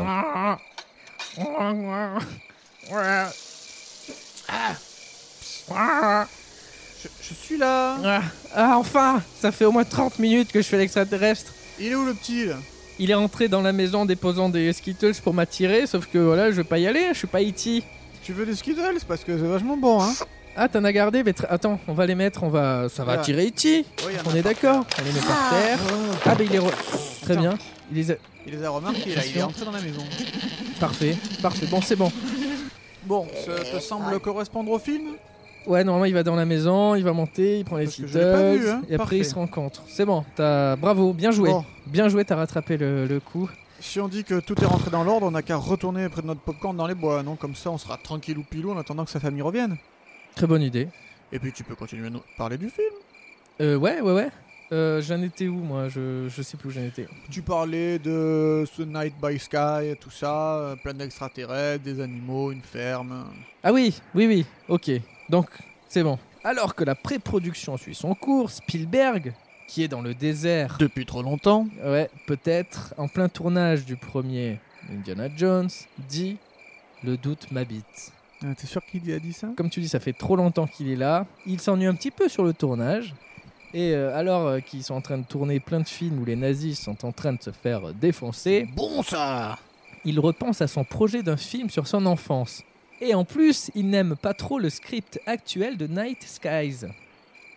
Je, je suis là.
Ah, ah, enfin Ça fait au moins 30 minutes que je fais l'extraterrestre.
Il est où le petit là
Il est entré dans la maison en déposant des Skittles pour m'attirer, sauf que voilà, je vais pas y aller, je suis pas E E.T.
Tu veux des Skittles parce que c'est vachement bon. Hein.
Ah, t'en as gardé, mais tr- attends, on va les mettre, on va, ça va
Voilà.
attirer E Iti.
Oui, il y en a
On est
pas.
d'accord, on les met par terre.
Oh,
Ah, bah il est re- très
Putain.
bien. Il les a...
Il les a remarqués là. Il est entré dans la maison.
parfait, parfait. Bon, c'est bon.
Bon, ça te semble correspondre au film
Ouais, normalement il va dans la maison, il va monter, il prend les
Parce que
Skittles
je l'ai pas vu, hein.
et après
Parfait.
ils se rencontrent. C'est bon, t'as bravo, bien joué,
Bon.
bien joué, t'as rattrapé le, le coup.
Si on dit que tout est rentré dans l'ordre, on n'a qu'à retourner près de notre popcorn dans les bois, non Comme ça, on sera tranquille ou pilou en attendant que sa famille revienne.
Très bonne idée.
Et puis, tu peux continuer à nous parler du film.
Euh, ouais, ouais, ouais. Euh, j'en étais où moi je, je sais plus où j'en étais.
Tu parlais de ce Night by Sky, tout ça, euh, plein d'extraterrestres, des animaux, une ferme.
Ah oui, oui, oui, ok. Donc, c'est bon. Alors que la pré-production suit son cours, Spielberg, qui est dans le désert
Depuis trop longtemps.
Ouais, peut-être. En plein tournage du premier Indiana Jones, dit Le doute m'habite.
Ah, T'es sûr qu'il a dit ça
Comme tu dis, ça fait trop longtemps qu'il est là. Il s'ennuie un petit peu sur le tournage. Et euh, alors euh, qu'ils sont en train de tourner plein de films où les nazis sont en train de se faire euh, défoncer,
Bon, ça
il repense à son projet d'un film sur son enfance. Et en plus, il n'aime pas trop le script actuel de Night Skies.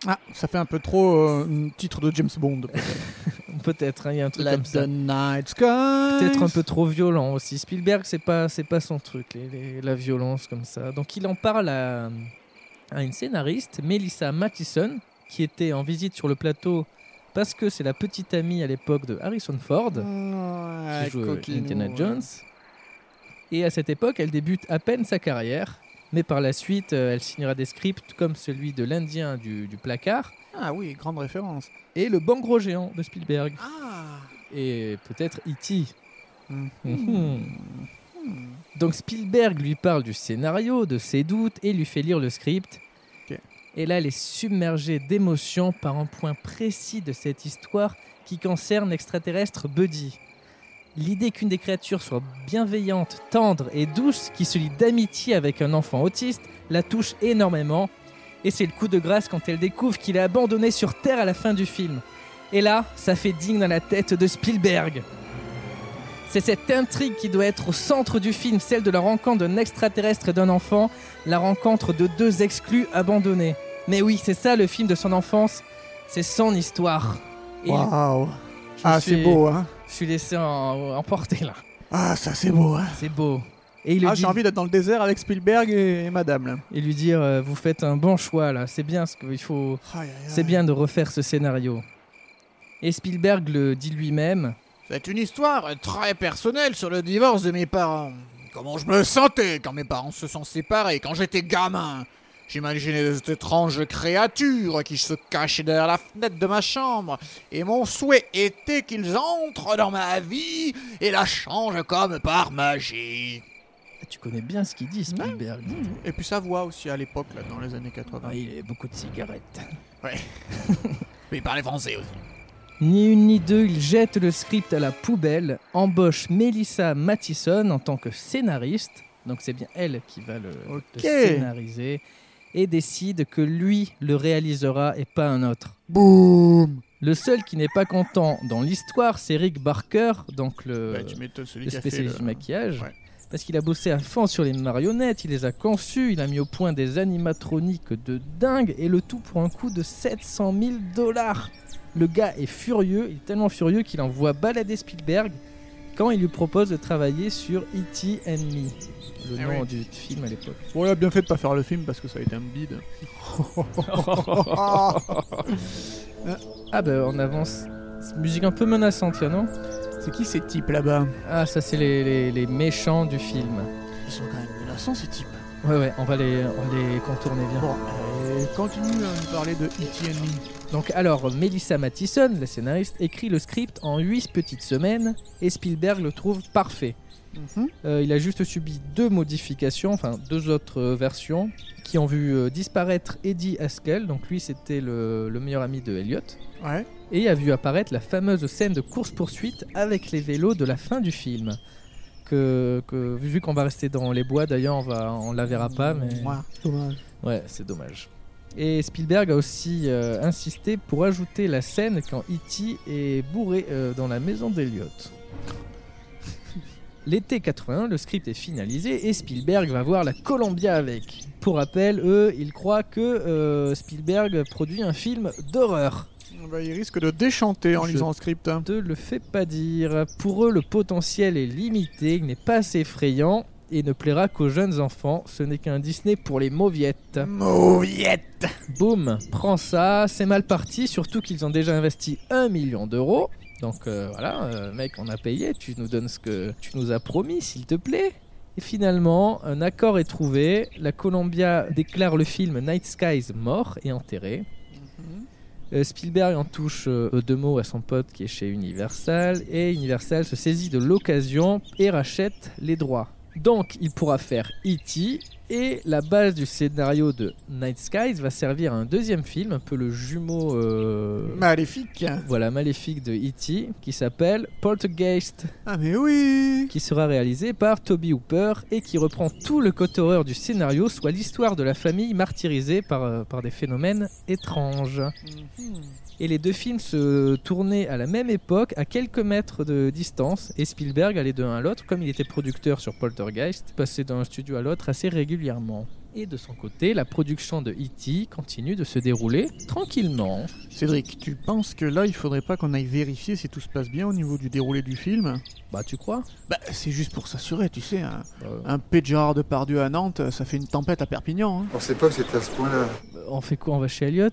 Ah, ça fait un peu trop euh, titre de James Bond.
Peut-être, hein, il y a un truc
Let
comme ça.
the night sky
peut-être un peu trop violent aussi. Spielberg, c'est pas, c'est pas son truc, les- les- la violence comme ça. Donc il en parle à, à une scénariste, Melissa Mathison, qui était en visite sur le plateau parce que c'est la petite amie à l'époque de Harrison Ford, qui
Ouais,
joue euh,
coquinou,
Indiana
ouais.
Jones. Et à cette époque, elle débute à peine sa carrière, mais par la suite, euh, elle signera des scripts comme celui de l'Indien du, du placard
Ah oui, grande référence.
et le Bangro géant de Spielberg
Ah
et peut-être E E.T.
Mhm.
Mhm. Donc Spielberg lui parle du scénario, de ses doutes et lui fait lire le script.
Ok.
Et là, elle est submergée d'émotions par un point précis de cette histoire qui concerne l'extraterrestre Buddy. L'idée qu'une des créatures soit bienveillante, tendre et douce, qui se lie d'amitié avec un enfant autiste, la touche énormément. Et c'est le coup de grâce quand elle découvre qu'il est abandonné sur Terre à la fin du film. Et là, ça fait digne dans la tête de Spielberg. C'est cette intrigue qui doit être au centre du film, celle de la rencontre d'un extraterrestre et d'un enfant, la rencontre de deux exclus abandonnés. Mais oui, c'est ça le film de son enfance, c'est son histoire. Et
Waouh
je me
Ah,
suis-
c'est beau, hein
Je suis laissé en- emporter là.
Ah, ça, c'est beau, hein
C'est beau. Et il lui
Ah,
dit,
j'ai envie d'être dans le désert avec Spielberg et, et madame, là.
et lui dire euh, vous faites un bon choix là, c'est bien ce qu'il faut,
Aïe, aïe, aïe.
c'est bien de refaire ce scénario. Et Spielberg le dit lui-même,
C'est une histoire très personnelle sur le divorce de mes parents. Comment je me sentais quand mes parents se sont séparés, quand j'étais gamin. J'imaginais cette étrange créature qui se cachait derrière la fenêtre de ma chambre. Et mon souhait était qu'ils entrent dans ma vie et la changent comme par magie.
Tu connais bien ce qu'il dit, Spielberg.
Et puis sa voix aussi à l'époque, là, dans les années 80.
Ah, il avait beaucoup de cigarettes.
Mais il parlait français aussi.
Ni une ni deux, il jette le script à la poubelle, embauche Melissa Mathison en tant que scénariste, donc c'est bien elle qui va le, le
Ok.
scénariser, et décide que lui le réalisera et pas un autre.
Boum
Le seul qui n'est pas content dans l'histoire, c'est Rick Barker, donc le,
Bah, tu m'étonnes,
euh,
celui
le
qui a fait
spécialiste
le-
du maquillage.
Ouais.
Parce qu'il a bossé à fond sur les marionnettes, il les a conçues, il a mis au point des animatroniques de dingue, et le tout pour un coût de 700 000 dollars. Le gars est furieux, il est tellement furieux qu'il envoie balader Spielberg quand il lui propose de travailler sur E.T. and Me, le
Ah
nom
oui.
du film à l'époque.
Bon, il a bien fait de pas faire le film parce que ça a été un bide.
Ah
Ah bah on avance. C'est une musique un peu menaçante là, non
C'est qui ces types là-bas
Ah ça c'est les, les- les méchants du film.
Ils sont quand même menaçants ces types.
Ouais ouais, on va les, on va les contourner bien.
Bon, euh, continue à nous parler de E.T. and Me.
Donc alors, Melissa Mathison, la scénariste, écrit le script en 8 petites semaines et Spielberg le trouve parfait.
Mhm.
Euh, il a juste subi deux modifications, enfin deux autres euh, versions, qui ont vu euh, disparaître Eddie Haskell, donc lui c'était le, le meilleur ami de Elliot,
Ouais.
et a vu apparaître la fameuse scène de course-poursuite avec les vélos de la fin du film. Que, que- vu qu'on va rester dans les bois d'ailleurs, on, va- on la verra pas, mais...
Ouais, dommage.
Ouais, c'est dommage. Et Spielberg a aussi euh, insisté pour ajouter la scène quand E.T. est bourré euh, dans la maison d'Eliot. L'été 81, le script est finalisé et Spielberg va voir la Columbia avec. Pour rappel, eux, ils croient que euh, Spielberg produit un film d'horreur.
Bah, il risque de déchanter en
Je-
lisant le script. hein.
Ne le fait pas dire. Pour eux, le potentiel est limité, il n'est pas assez effrayant et ne plaira qu'aux jeunes enfants. Ce n'est qu'un Disney pour les mauviettes.
Mouillette
Boum, prends ça, c'est mal parti, surtout qu'ils ont déjà investi 1 million d'euros. Donc euh, voilà, euh, mec, on a payé, tu nous donnes ce que tu nous as promis, s'il te plaît. Et finalement, un accord est trouvé, la Columbia déclare le film Night Skies mort et enterré. Euh, Spielberg en touche euh, deux mots à son pote qui est chez Universal et Universal se saisit de l'occasion et rachète les droits. Donc il pourra faire E.T. et la base du scénario de Night Skies va servir à un deuxième film, un peu le jumeau euh,
Maléfique
voilà, maléfique de E.T. qui s'appelle Poltergeist
Ah mais oui
qui sera réalisé par Toby Hooper et qui reprend tout le côté horreur du scénario, soit l'histoire de la famille martyrisée par, euh, par des phénomènes étranges.
Mhm.
Et les deux films se tournaient à la même époque, à quelques mètres de distance, et Spielberg allait de l'un à l'autre, comme il était producteur sur Poltergeist, passait d'un studio à l'autre assez régulièrement. Et de son côté, la production de E.T. continue de se dérouler tranquillement.
Cédric, tu penses que là, il faudrait pas qu'on aille vérifier si tout se passe bien au niveau du déroulé du film
Bah tu crois
Bah, c'est juste pour s'assurer, tu sais, un,
Euh,
un P. de Gérard Depardieu à Nantes, ça fait une tempête à Perpignan. hein.
On sait pas que c'était à ce point-là.
On fait quoi On va chez Elliot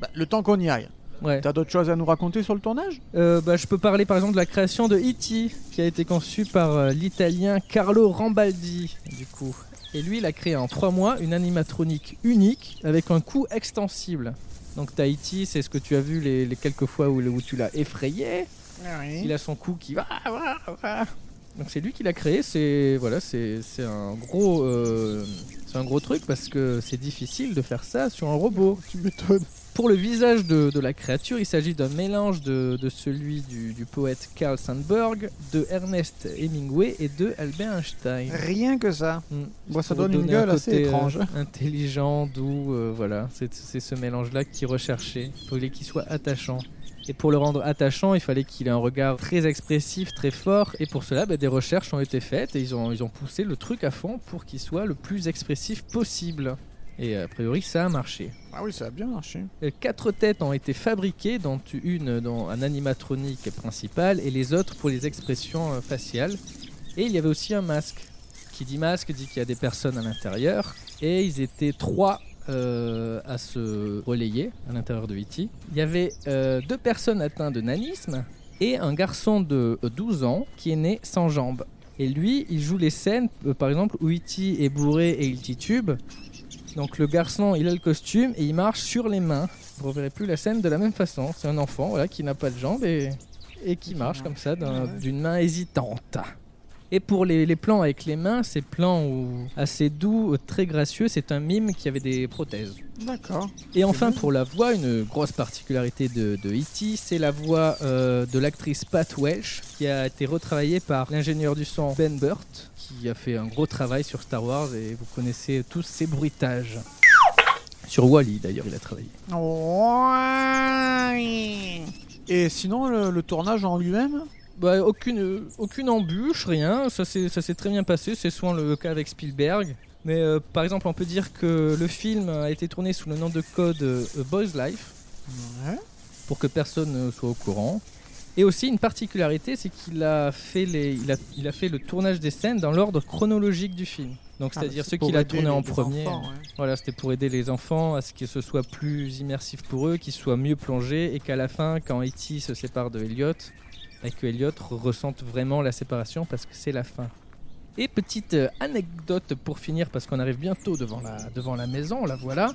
Bah, le temps qu'on y aille.
Ouais.
T'as d'autres choses à nous raconter sur le tournage
Euh, bah, je peux parler par exemple de la création de E.T. qui a été conçue par euh, l'italien Carlo Rambaldi du coup. Et lui il a créé en trois mois une animatronique unique avec un coût extensible. Donc t'as E.T. c'est ce que tu as vu les, les quelques fois où, où tu l'as effrayé. Il a son cou qui va.
Ah,
va, va. Donc c'est lui qui l'a créé, c'est voilà, c'est c'est un gros euh, c'est un gros truc parce que c'est difficile de faire ça sur un robot.
Tu m'étonnes.
Pour le visage de, de la créature, il s'agit d'un mélange de, de celui du, du poète Carl Sandburg, de Ernest Hemingway et de Albert Einstein.
Rien que ça.
Mm.
Bon, ça
Pour
donne une
donner un
gueule assez
côté, euh,
étrange. hein.
intelligent, doux, euh, voilà. C'est c'est ce mélange-là qui recherchait. Il fallait qu'il soit attachant. Et pour le rendre attachant, il fallait qu'il ait un regard très expressif, très fort. Et pour cela, bah, des recherches ont été faites et ils ont, ils ont poussé le truc à fond pour qu'il soit le plus expressif possible. Et a priori, ça a marché.
Ah oui, ça a bien marché.
Euh, Quatre têtes ont été fabriquées, dont une dans un animatronique principal et les autres pour les expressions euh, faciales. Et il y avait aussi un masque. Qui dit masque dit qu'il y a des personnes à l'intérieur. Et ils étaient trois euh, à se relayer à l'intérieur de E.T. Il y avait euh, deux personnes atteintes de nanisme et un garçon de euh, 12 ans qui est né sans jambes. Et lui, il joue les scènes, euh, par exemple, où E.T. est bourré et il titube. Donc le garçon, il a le costume et il marche sur les mains. Vous reverrez plus la scène de la même façon. C'est un enfant voilà, qui n'a pas de jambes et, et qui marche comme ça d'un- d'une main hésitante. Et pour les, les plans avec les mains, ces plans où- assez doux, très gracieux, c'est un mime qui avait des prothèses.
D'accord.
Et enfin, pour la voix, une grosse particularité de, de E.T., c'est la voix euh, de l'actrice Pat Welsh, qui a été retravaillée par l'ingénieur du son Ben Burt, qui a fait un gros travail sur Star Wars, et vous connaissez tous ses bruitages. Sur Wally, d'ailleurs, il a travaillé.
Et sinon, le, le tournage en lui-même
Bah, aucune, euh, aucune embûche, rien, ça s'est ça s'est très bien passé, c'est souvent le cas avec Spielberg. Mais euh, par exemple, on peut dire que le film a été tourné sous le nom de code euh, A Boy's Life.
Ouais.
pour que personne ne soit au courant. Et aussi une particularité, c'est qu'il a fait les, il a, il a fait le tournage des scènes dans l'ordre chronologique du film. Donc
Ah,
c'est-à-dire
bah,
ceux
pour
qu'il a
aider
tourné
les-
en
les
premier.
enfants, ouais.
Voilà, c'était pour aider les enfants à ce que ce soit plus immersif pour eux, qu'ils soient mieux plongés et qu'à la fin, quand E.T. se sépare de Elliot, et que Elliot ressente vraiment la séparation parce que c'est la fin. Et petite euh, anecdote pour finir, parce qu'on arrive bientôt devant la, devant la maison, la voilà.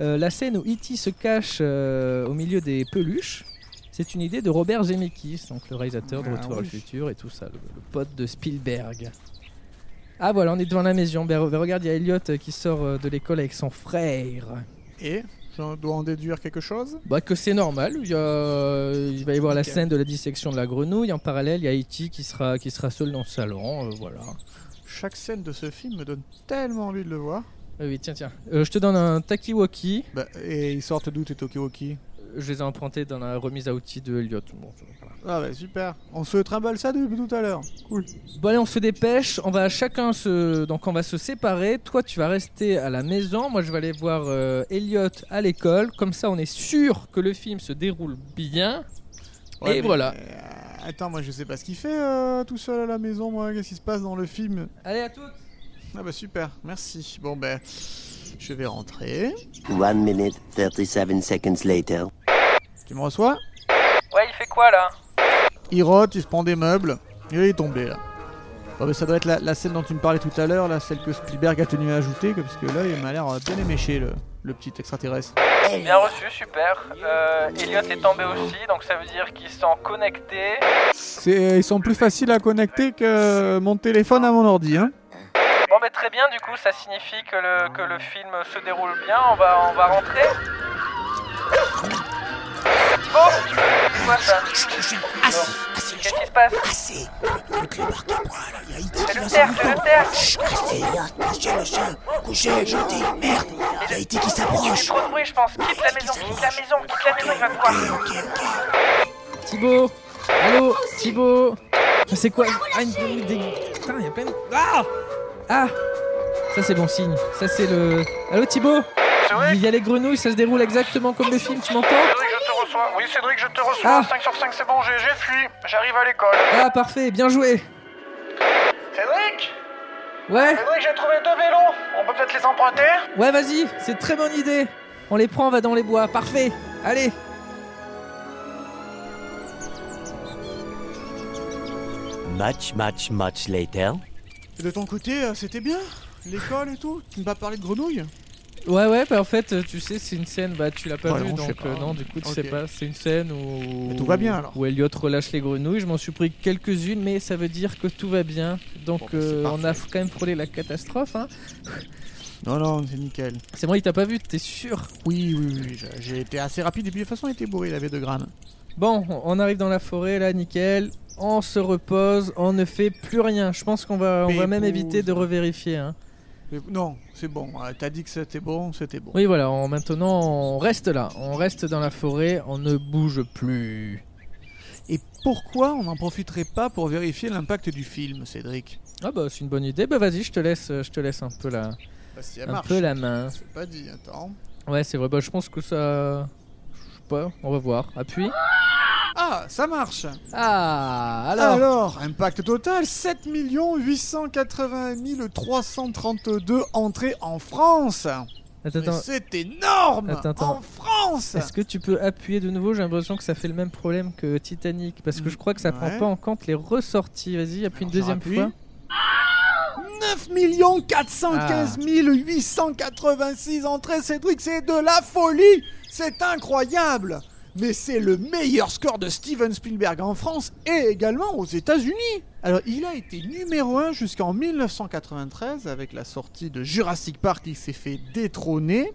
Euh, la scène où E.T. se cache euh, au milieu des peluches, c'est une idée de Robert Zemeckis, donc le réalisateur de
Ah
Retour vers le
oui.
futur et tout ça, le, le pote de Spielberg. Ah voilà, on est devant la maison. Ben, ben, regarde, il y a Elliot euh, qui sort euh, de l'école avec son frère.
Et je dois en déduire quelque chose
Bah que c'est normal, il, y a- il va y avoir la
Ok.
scène de la dissection de la grenouille, en parallèle il y a E.T. qui sera, qui sera seul dans le salon, euh, voilà.
Chaque scène de ce film me donne tellement envie de le voir.
Ah oui, tiens, tiens, Euh, je te donne un takiwaki,
Bah, et ils sortent d'où tes Tokiwoki
Euh, je les ai empruntés dans la remise à outils de Elliot. Bon, voilà.
Ah bah super. On se trimballe ça depuis tout à l'heure. Cool.
Bon allez, on se dépêche. On va chacun se, donc on va se séparer. Toi, tu vas rester à la maison. Moi, je vais aller voir euh, Elliot à l'école. Comme ça, on est sûr que le film se déroule bien.
Ouais,
Et
mais-
voilà.
euh, attends, moi je sais pas ce qu'il fait euh, tout seul à la maison, moi. Qu'est-ce qui se passe dans le film
Allez à toutes.
Ah bah super, merci. Bon ben, je vais rentrer.
One minute, 37 seconds later.
Tu me reçois
Ouais, il fait quoi là
Il rote, il se prend des meubles. Et il est tombé là. Bon, mais ça doit être la, la scène dont tu me parlais tout à l'heure, là, celle que Spielberg a tenu à ajouter, que- parce que là, il m'a l'air euh, bien éméché, le, le petit extraterrestre.
Bien reçu, super. Euh, Elliot est tombé aussi, donc ça veut dire qu'ils sont connectés.
C'est- euh, Ils sont plus faciles à connecter que mon téléphone à mon ordi, hein.
Bon, mais très bien. Du coup, ça signifie que le, que le film se déroule bien. On va on va rentrer. Oh, c'est quoi ça
Ah,
Assis, assis les
Qu'est-ce
gens,
qui se passe
assis. Ah, Le clébard qui boit, là, il y a Iti qui
C'est
va
le
s'en
cerf, c'est
rendre
le cerf.
Chut, assis, lâchez le chien. Couchez, gentil, merde. Il y a Iti qui s'approche.
trop de bruit, je pense. Quitte la maison, quitte la maison, quitte la maison, il va te voir.
Ok, ok.
Thibaut Allô Thibaut Ça, C'est quoi Ah, une grenouille dégueu. Putain, il y a plein de. Ah Ah Ça, c'est bon signe. Ça, c'est le. Allô Thibaut Il y a les grenouilles, ça se déroule exactement comme le film, tu m'entends
Cédric, je te reçois. Oui, Cédric, je te
Ah.
reçois. 5 sur 5, c'est bon, j'ai j'ai fui. J'arrive à l'école.
Ah, parfait, bien joué
Cédric
Ouais,
Cédric, j'ai trouvé deux vélos. On peut peut-être les emprunter
ouais, vas-y, c'est très bonne idée On les prend, on va dans les bois, parfait Allez
Much, much, much later.
De ton côté, euh, c'était bien L'école et tout Tu m'as parlé de grenouilles
Ouais, ouais, bah en fait, euh, tu sais, c'est une scène, bah tu l'as pas
Ouais,
vue,
non, je sais
donc
pas.
euh, non, du coup, tu
Ok.
sais pas. C'est une scène où.
Mais tout va bien, alors.
Où Elliot relâche les grenouilles. Je m'en suis pris quelques-unes, mais ça veut dire que tout va bien. Donc,
Bon, bah, c'est
euh, on a
parfait.
quand même frôlé la catastrophe. Hein.
Non, non, c'est nickel.
C'est moi, il t'a pas vu, t'es sûr
Oui, oui, oui, oui, j'ai- j'ai été assez rapide, et puis de toute façon, il était bourré, il avait 2 grammes.
Bon, on arrive dans la forêt, là, nickel. On se repose, on ne fait plus rien. Je pense qu'on va, on va même
Pépouze.
éviter de revérifier. hein.
Mais Non, c'est bon, euh, t'as dit que c'était bon, c'était bon.
Oui, voilà, on- maintenant, on reste là. On reste dans la forêt, on ne bouge plus.
Et pourquoi on n'en profiterait pas pour vérifier l'impact du film, Cédric
Ah, bah, c'est une bonne idée. Bah, vas-y, je te laisse, je te laisse un peu la,
Bah si
un peu la main.
C'est pas dit, attends.
Ouais, c'est vrai. Bah, je pense que ça. Je sais pas, on va voir. Appuie.
Ah, ça marche
Ah, alors.
Alors, impact total, 7 881 332 entrées en France
Attends,
Mais
attends.
C'est énorme
Attends, attends.
En France
Est-ce que tu peux appuyer de nouveau J'ai l'impression que ça fait le même problème que Titanic. Parce que je crois que ça prend
Mm, Ouais.
pas en compte les ressorties. Vas-y, appuie une
Alors, je
deuxième
rappuie.
fois.
9 415 886 entrées, Cédric, c'est de la folie C'est incroyable mais c'est le meilleur score de Steven Spielberg en France et également aux États-Unis. Alors, il a été numéro 1 jusqu'en 1993 avec la sortie de Jurassic Park qui s'est fait détrôner.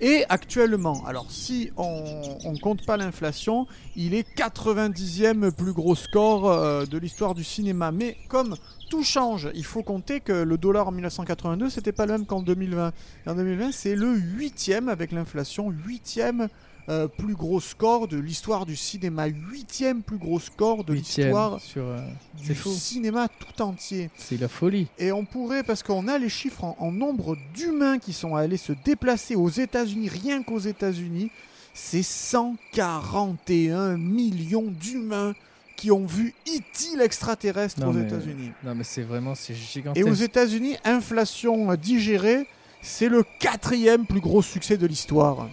Et actuellement, alors si on, on compte pas l'inflation, il est 90e plus gros score euh, de l'histoire du cinéma. Mais comme tout change, il faut compter que le dollar en 1982, c'était pas le même qu'en 2020. Et en 2020, c'est le 8e avec l'inflation, 8e euh, plus gros score de l'histoire du cinéma, 8e plus gros score de
Huitième
l'histoire
sur. euh,
du
c'est fou.
cinéma tout entier.
C'est la folie.
Et on pourrait, parce qu'on a les chiffres en, en nombre d'humains qui sont allés se déplacer aux États-Unis, rien qu'aux États-Unis, c'est 141 millions d'humains qui ont vu E.T. l'extraterrestre
Non,
aux
mais-
États-Unis.
Non, mais c'est vraiment, c'est gigantesque.
Et aux États-Unis, inflation euh, digérée, c'est le quatrième plus gros succès de l'histoire.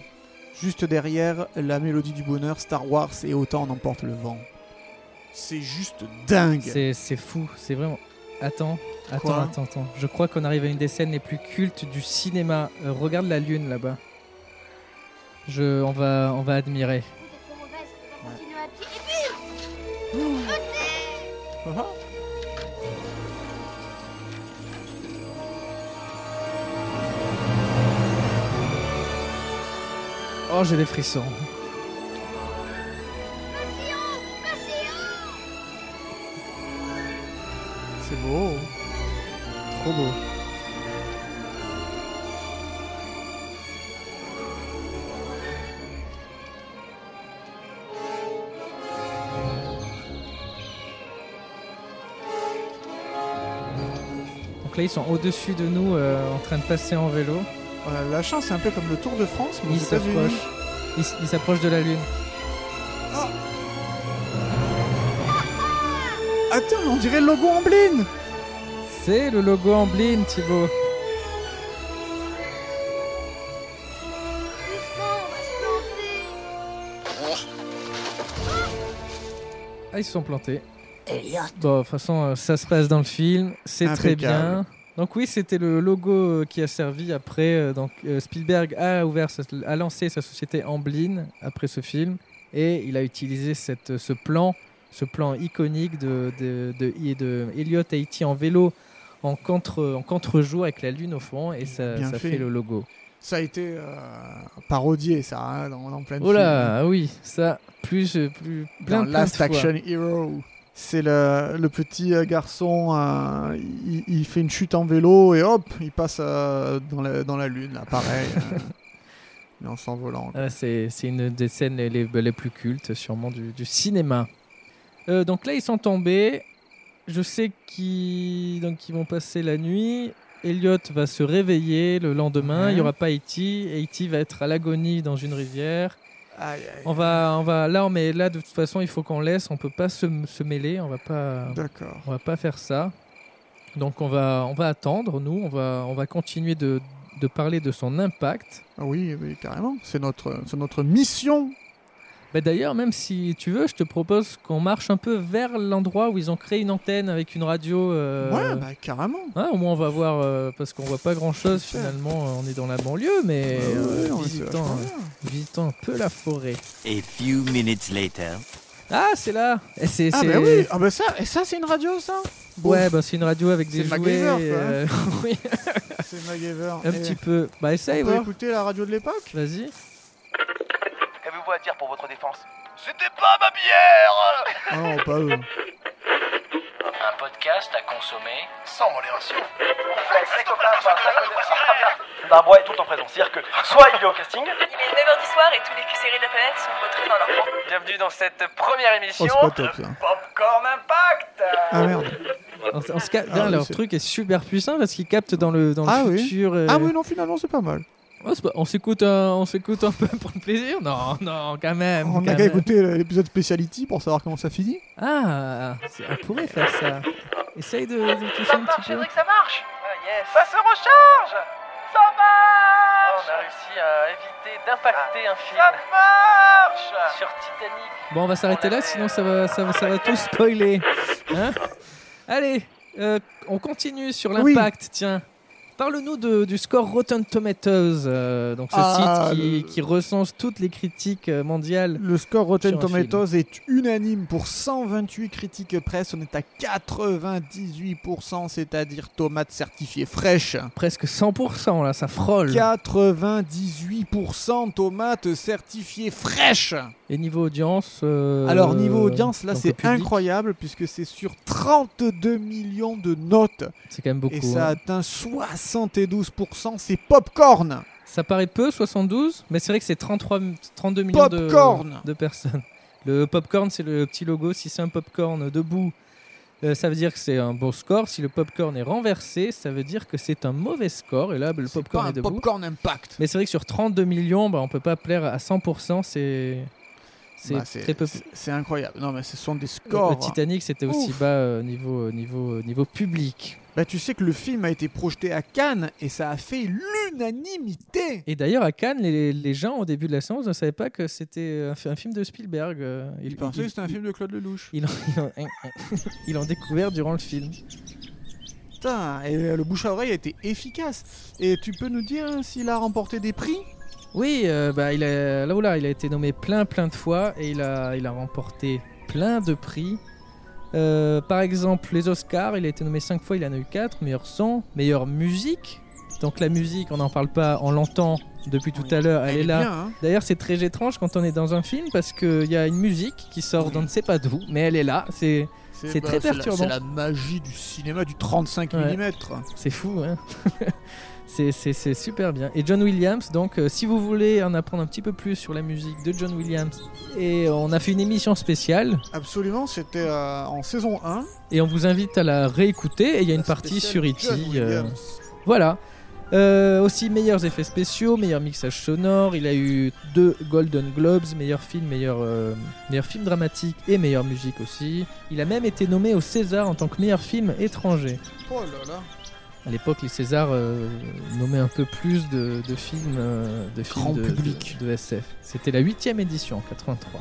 Juste derrière la mélodie du bonheur, Star Wars et Autant en emporte le vent. C'est juste dingue.
C'est, c'est fou, c'est vraiment. Attends, attends,
Quoi
attends, attends. Je crois qu'on arrive à une des scènes les plus cultes du cinéma. Euh, regarde la lune là-bas. Je, on va, on va admirer.
Vous êtes trop mauvaise, on va continuer à pied. Et puis,
Ah,
Oh, j'ai des frissons.
C'est beau.
Trop beau. Donc là, ils sont au-dessus de nous, euh, en train de passer en vélo.
Voilà, Oh la chance, c'est un peu comme le Tour de France, mais aux
Ils
États-Unis.
s'approchent. Ils s- ils s'approchent de la lune.
Attends, on dirait le logo en bling
C'est le logo Amblin, Thibaut.
doucement, on va se planter.
Ah, ils se sont plantés. Bon, de toute façon, euh, ça se passe dans le film, c'est très
Impeccable.
bien. Donc oui, c'était le logo euh, qui a servi après. euh, Donc euh, Spielberg a ouvert, sa- a lancé sa société Amblin après ce film, et il a utilisé cette, ce plan, ce plan iconique de de, de, et de Elliot Haiti en vélo en contre en contre-jour avec la lune au fond, et ça,
Bien
ça
fait.
fait. le logo.
Ça a été euh, parodié, ça, hein, dans, dans plein de
Oh
films.
là, ah oui, ça plus euh, plus plein,
Dans
plein
Last
de fois.
Action Hero. C'est le, le petit euh, garçon, euh, il, il fait une chute en vélo et hop, il passe euh, dans, la, dans la lune, là, pareil. euh, mais en s'envolant.
Ah, c'est c'est une des scènes les, les- les plus cultes, sûrement, du, du cinéma. Euh, donc là, ils sont tombés. Je sais qu'ils donc, ils vont passer la nuit. Elliot va se réveiller le lendemain.
Ouais.
Il n'y aura pas Haiti. Haiti va être à l'agonie dans une rivière.
Aïe, aïe.
On va, on va, là, on met, là, de toute façon, il faut qu'on laisse. On peut pas se, se mêler. On va pas,
D'accord.
on va pas faire ça. Donc on va, on va attendre. Nous, on va, on va continuer de, de parler de son impact.
Ah oui, oui, carrément. C'est notre, c'est notre mission.
Bah D'ailleurs, même si tu veux, je te propose qu'on marche un peu vers l'endroit où ils ont créé une antenne avec une radio. euh,
Ouais, bah, carrément.
hein, au moins, on va voir, euh, parce qu'on voit pas grand-chose
Super.
finalement. euh, On est dans la banlieue, mais
Ouais,
euh,
ouais, Ah on est
visitons,
vachement
euh, visitons un peu la forêt.
A few minutes later.
Ah, c'est là Eh, c'est-
Ah
c'est-
bah oui, ah bah ça, et ça c'est une radio ça
Ouais, bah, c'est une radio avec des
C'est
jouets.
MacGyver, quoi, hein.
euh, oui,
C'est MacGyver.
un
Eh,
petit peu. Bah, essaye,
on peut
voir.
écouter la radio de l'époque
Vas-y.
Qu'avez-vous à dire pour votre défense C'était pas ma bière
Ah non, pas eux.
oh,
Un podcast à consommer
Sans modération.
D'un bois est Bah, tout le temps présent, c'est-à-dire que soit il est au casting.
Il est 9h du soir et tous les QCR de la planète sont retraités dans leur camp.
Bienvenue dans cette première
Oh,
émission.
c'est pas top ça.
Popcorn Impact
Ah merde.
Euh, En, en ce cas,
Ah, oui,
leur
c'est-
truc est super puissant parce qu'ils captent dans le, dans le
Ah oui.
futur. euh,
Ah oui, non, finalement c'est pas mal.
Oh, c'est pas- on s'écoute un, on s'écoute un peu pour le plaisir Non, non, quand même.
On
quand
a qu'à
même. euh,
écouter l'épisode Speciality pour savoir comment ça finit.
Ah, c'est- on pourrait faire ça. Essaye de, de toucher
Ça
un
marche,
petit
c'est
peu.
vrai que ça marche
Ah,
Ça se recharge Ça
Oh,
marche
On a réussi à éviter d'impacter un film
Ça marche
sur Titanic.
Bon, on va s'arrêter là, sinon ça va, ça va, ça va tout spoiler. Hein Allez, euh, on continue sur
Oui.
l'impact, tiens. Parle-nous de- du score Rotten Tomatoes, euh, donc ce
Ah,
site qui,
le-
qui recense toutes les critiques euh, mondiales.
Le score Rotten
Sur un film.
Tomatoes est unanime pour 128 critiques presse. On est à 98%, c'est-à-dire tomates certifiées fraîches.
Presque 100%, là, ça frôle.
98% tomates certifiées fraîches.
Et niveau audience euh,
Alors niveau audience, là
donc
c'est
au public,
incroyable puisque c'est sur 32 millions de notes
C'est quand même beaucoup.
et ça
hein.
atteint 72%. C'est popcorn.
Ça paraît peu, 72, mais c'est vrai que c'est 33, 32 millions de-
Popcorn
de, personnes. Le popcorn, c'est le petit logo. Si c'est un popcorn debout, euh, ça veut dire que c'est un bon score. Si le popcorn est renversé, ça veut dire que c'est un mauvais score. Et là, le
C'est pas
popcorn
un
est debout.
popcorn impact.
Mais c'est vrai que sur 32 millions, bah, on peut pas plaire à 100%. C'est c'est
Bah,
très peu.
c'est- C'est incroyable. Non mais ce sont des
Le
scores. hein.
Titanic, c'était aussi bas euh, niveau euh, niveau euh, niveau public.
Bah, tu sais que le film a été projeté à Cannes et ça a fait l'unanimité.
Et d'ailleurs, à Cannes, les, les gens au début de la séance ne savaient pas que c'était un, fi- un film de Spielberg. euh,
Il pensait que c'était un film de Claude Lelouch.
Ils l'ont ils l'ont- ils l'ont découvert durant le film.
Putain, et euh, le bouche à oreille a été efficace. Et tu peux nous dire hein, s'il a remporté des prix
Oui, euh, bah, il a, là, oula, il a été nommé plein, plein de fois et il a, il a remporté plein de prix. Euh, par exemple, les Oscars, il a été nommé 5 fois, il en a eu 4. Meilleur son, meilleure musique. Donc la musique, on n'en parle pas, on l'entend depuis tout à l'heure, elle, est là.
bien, hein.
D'ailleurs, c'est très étrange quand on est dans un film parce qu'il y a une musique qui sort d'on ne sait pas d'où, mais elle est là. C'est, C'est très
la-
perturbant.
C'est la, magie du cinéma du 35
Ouais.
mm.
c'est fou, hein c'est, c'est- c'est super bien. Et John Williams, donc, euh, si vous voulez en apprendre un petit peu plus sur la musique de John Williams, et on a fait une émission spéciale,
Absolument, c'était euh, en saison 1.
et on vous invite à la réécouter. Et il y a une
La
partie sur
spéciale
E.T.
John
euh,
Williams.
voilà. Euh, aussi meilleurs effets spéciaux, meilleur mixage sonore. Il a eu deux Golden Globes, meilleur film, meilleur, euh, meilleur film dramatique et meilleure musique aussi. Il a même été nommé au César en tant que meilleur film étranger.
Oh là là.
À l'époque, les Césars euh, nommaient un peu plus de, de films, euh, de, films
Grand
de-
public.
de- de SF. C'était la huitième édition en 83.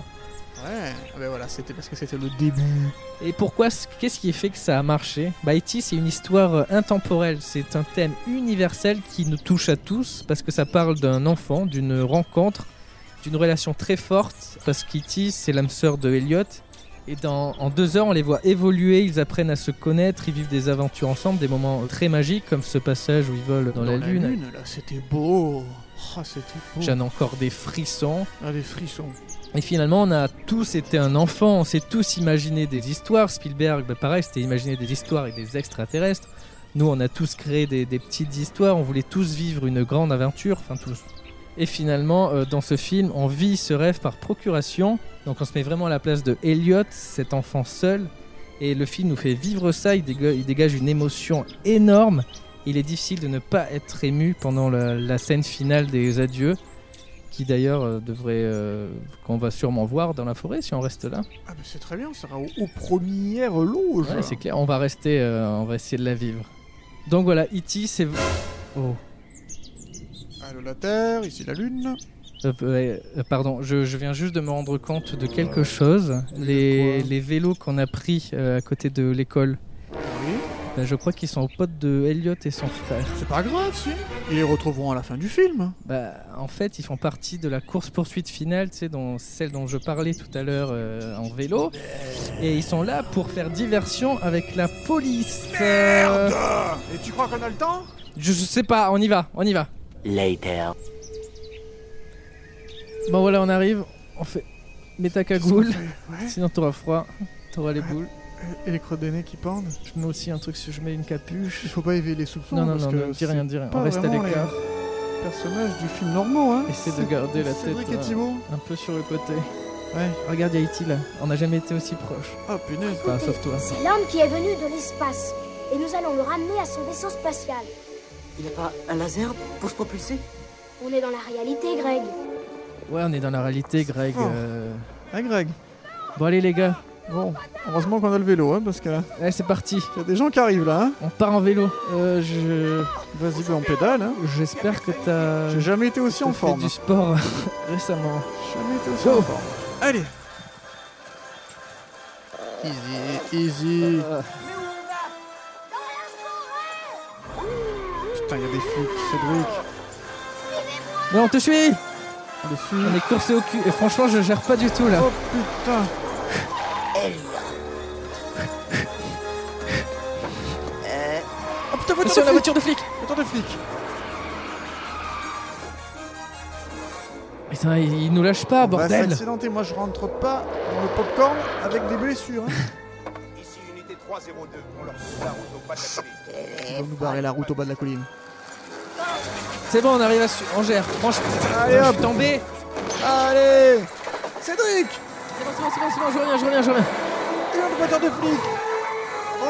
Ouais, Ah ben voilà, c'était parce que c'était le début.
Et pourquoi c- Qu'est-ce qui fait que ça a marché Bah, E.T., c'est une histoire euh, intemporelle. C'est un thème universel qui nous touche à tous parce que ça parle d'un enfant, d'une rencontre, d'une relation très forte. Parce qu'E.T., c'est l'âme sœur de Elliot. Et dans, en deux heures, on les voit évoluer, ils apprennent à se connaître, ils vivent des aventures ensemble, des moments très magiques comme ce passage où ils volent dans, la, lune.
là, c'était beau. Ah, c'était beau.
Mmh. J'en ai encore des frissons.
Ah, les frissons.
Et finalement, on a tous été un enfant, on s'est tous imaginé des histoires. Spielberg, bah, pareil, c'était imaginer des histoires avec des extraterrestres. Nous, on a tous créé des, des petites histoires, on voulait tous vivre une grande aventure, enfin tous. Et finalement, euh, dans ce film, on vit ce rêve par procuration. Donc on se met vraiment à la place de Elliot, cet enfant seul. Et le film nous fait vivre ça, il dégue- il dégage une émotion énorme. Il est difficile de ne pas être ému pendant la- la scène finale des adieux qui d'ailleurs euh, devrait euh, qu'on va sûrement voir dans la forêt si on reste là.
Ah, mais c'est très bien, ça sera aux, aux premières loges.
Ouais, c'est clair, on va rester, euh, on va essayer de la vivre. Donc voilà, E.T. c'est oh,
Allô, Ah, la Terre, ici la Lune.
euh, euh, euh, pardon, je, je viens juste de me rendre compte de quelque chose. Les, les vélos qu'on a pris euh, à côté de l'école,
Oui.
ben, je crois qu'ils sont aux potes de Elliot et son frère.
C'est pas grave, si. Ils les retrouveront à la fin du film.
Bah, en fait, ils font partie de la course poursuite finale, tu sais, dont, celle dont je parlais tout à l'heure euh, en vélo. Et ils sont là pour faire diversion avec la police. Euh,
Et tu crois qu'on a le temps
je, je sais pas, on y va, on y va.
Later.
Bon voilà, on arrive, on fait. Mets ta cagoule,
Ouais.
sinon t'auras froid, t'auras les boules.
Et les crottes de nez qui pendent
Je mets aussi un truc, si je mets une capuche.
Il faut pas éveiller les soupçons.
Non, non,
parce
non,
que
non, dis
c'est
rien, dis rien, on
pas
reste à
vraiment les
l'écart.
personnages du film normaux, hein.
Essaie de
C'est-
garder la tête,
Cédric
hein.
et
ouais.
Thibaut.
Un peu sur le côté.
Ouais.
Regarde, y'a E.T. là, on n'a jamais été aussi proche.
Oh punaise.
Enfin, sauf toi.
C'est l'homme qui est venu de l'espace. Et nous allons le ramener à son vaisseau spatial.
Il a pas un laser pour se propulser
On est dans la réalité, Greg.
Ouais, on est dans la réalité, Greg.
fort.
euh.
Hein, Greg
Bon, allez, les gars,
Bon, heureusement qu'on a le vélo, hein, parce que là,
allez, c'est parti.
il y a des gens qui arrivent là, hein.
On part en vélo. Euh, je...
Vas-y, ben, on pédale, hein.
J'espère que t'as
J'ai jamais été aussi
t'as
en
fait
forme.
du sport récemment.
Jamais été aussi en forme. Allez Easy, easy.
Euh,
putain, il y a des flics, Cédric.
Non, on te suit
On les suit.
On est coursé au cul. Et franchement, je gère pas du tout là.
Oh putain. Eh. Oh putain, voiture Ah,
Attention,
de
la
flic
voiture de flic
Voiture de flic
Putain, il, il nous lâche pas,
On va
bordel
s'accidenter. bah, moi je rentre pas dans le popcorn avec des blessures. Hein.
Ici, unité 302, on leur trouve la route au pas de la colline.
On va nous barrer la route au bas de la colline.
C'est bon, on arrive à su... On gère. Franchement,
Allez,
je
hop.
suis tombé
Allez Cédric
C'est bon, c'est bon, c'est bon, c'est bon, je reviens, je reviens, je reviens.
Et une voiture de flic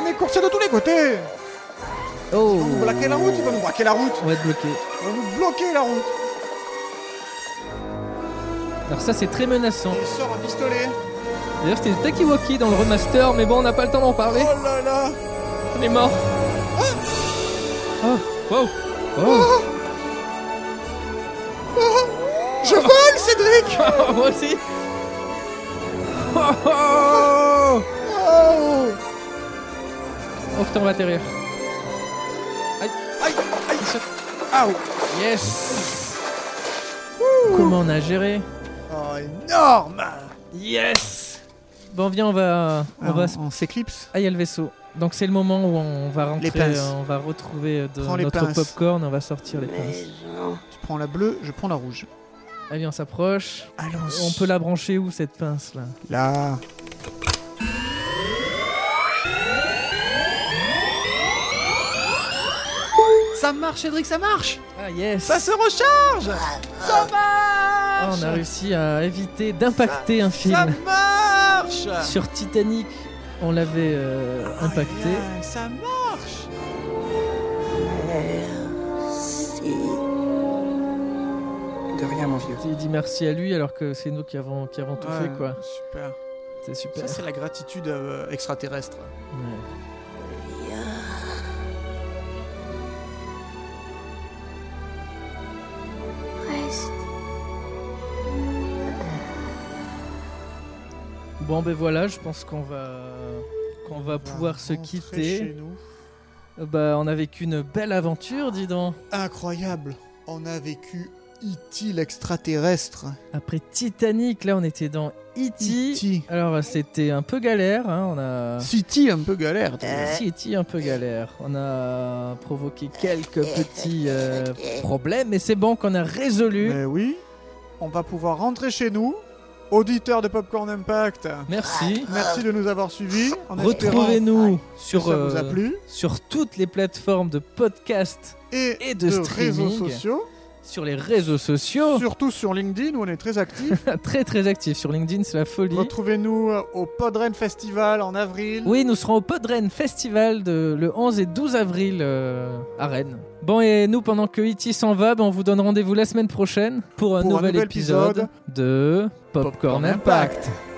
On est coursé de tous les côtés
Oh
On nous braquer la route, il va nous braquer la route
On va être bloqué.
On va nous bloquer la route
Alors ça, c'est très menaçant.
Il sort un pistolet
D'ailleurs, c'était des Takiwaki dans le remaster, mais bon, on n'a pas le temps d'en parler.
Oh là là
On est mort. Oh, wow. Oh,
Je vole Cédric
moi aussi. Oh, oh.
Oh
Oh, putain, on va atterrir.
Aïe Aïe Aouh
Yes. Comment on a géré
Oh énorme
Yes. Bon, viens, on va, on va. se-
on s'éclipse
Ah, il y a le vaisseau. Donc c'est le moment où on va rentrer,
Les pinces.
euh, on va retrouver euh, de-
Prends les
notre
pinces.
popcorn, on va sortir les pinces.
Tu prends la bleue, je prends la rouge.
Allez, on s'approche.
Allons
On peut la brancher où cette pince là
Là
Ça marche, Cédric, ça marche
Ah yes
Ça se recharge Ça
Ah,
marche
On a réussi à éviter d'impacter un
Ça
film.
marche
Sur Titanic, on l'avait euh, impacté.
Yeah, Ça marche
Il dit merci à lui alors que c'est nous qui avons, qui avons tout
Ouais,
fait quoi.
Super.
C'est super.
Ça, c'est la gratitude euh, extraterrestre.
Ouais.
Reste.
Bon ben voilà, je pense qu'on va qu'on va pouvoir se
Rentrer chez
quitter.
nous.
Euh, Bah on a vécu une belle aventure, dis donc.
Incroyable. On a vécu E.T. l'extraterrestre. E
Après Titanic, là on était dans E E.T.
E.T.
Alors euh, c'était un peu galère, hein, on a Euh,
City, un peu galère. tu vois.
Si, Eti, un peu galère. On a provoqué quelques petits euh, problèmes, mais c'est bon qu'on a résolu.
Mais oui. On va pouvoir rentrer chez nous. Auditeurs de Popcorn Impact,
Merci.
merci de nous avoir suivis. En espérant
Retrouvez-nous
que
sur,
ça vous a
euh,
plu.
sur toutes les plateformes de podcast,
Et,
et de
réseaux
streaming.
sociaux.
sur les réseaux sociaux.
Surtout sur LinkedIn où on est très actifs.
très très actifs sur LinkedIn, c'est la folie.
Retrouvez-nous euh, au Podren Festival en avril.
Oui, nous serons au Podren Festival de, le 11 et 12 avril euh, à Rennes. Bon, et nous, pendant que Iti s'en va, ben, on vous donne rendez-vous la semaine prochaine pour un,
Pour un
nouvel,
nouvel
épisode,
épisode
de Popcorn,
Popcorn
Impact.
Impact.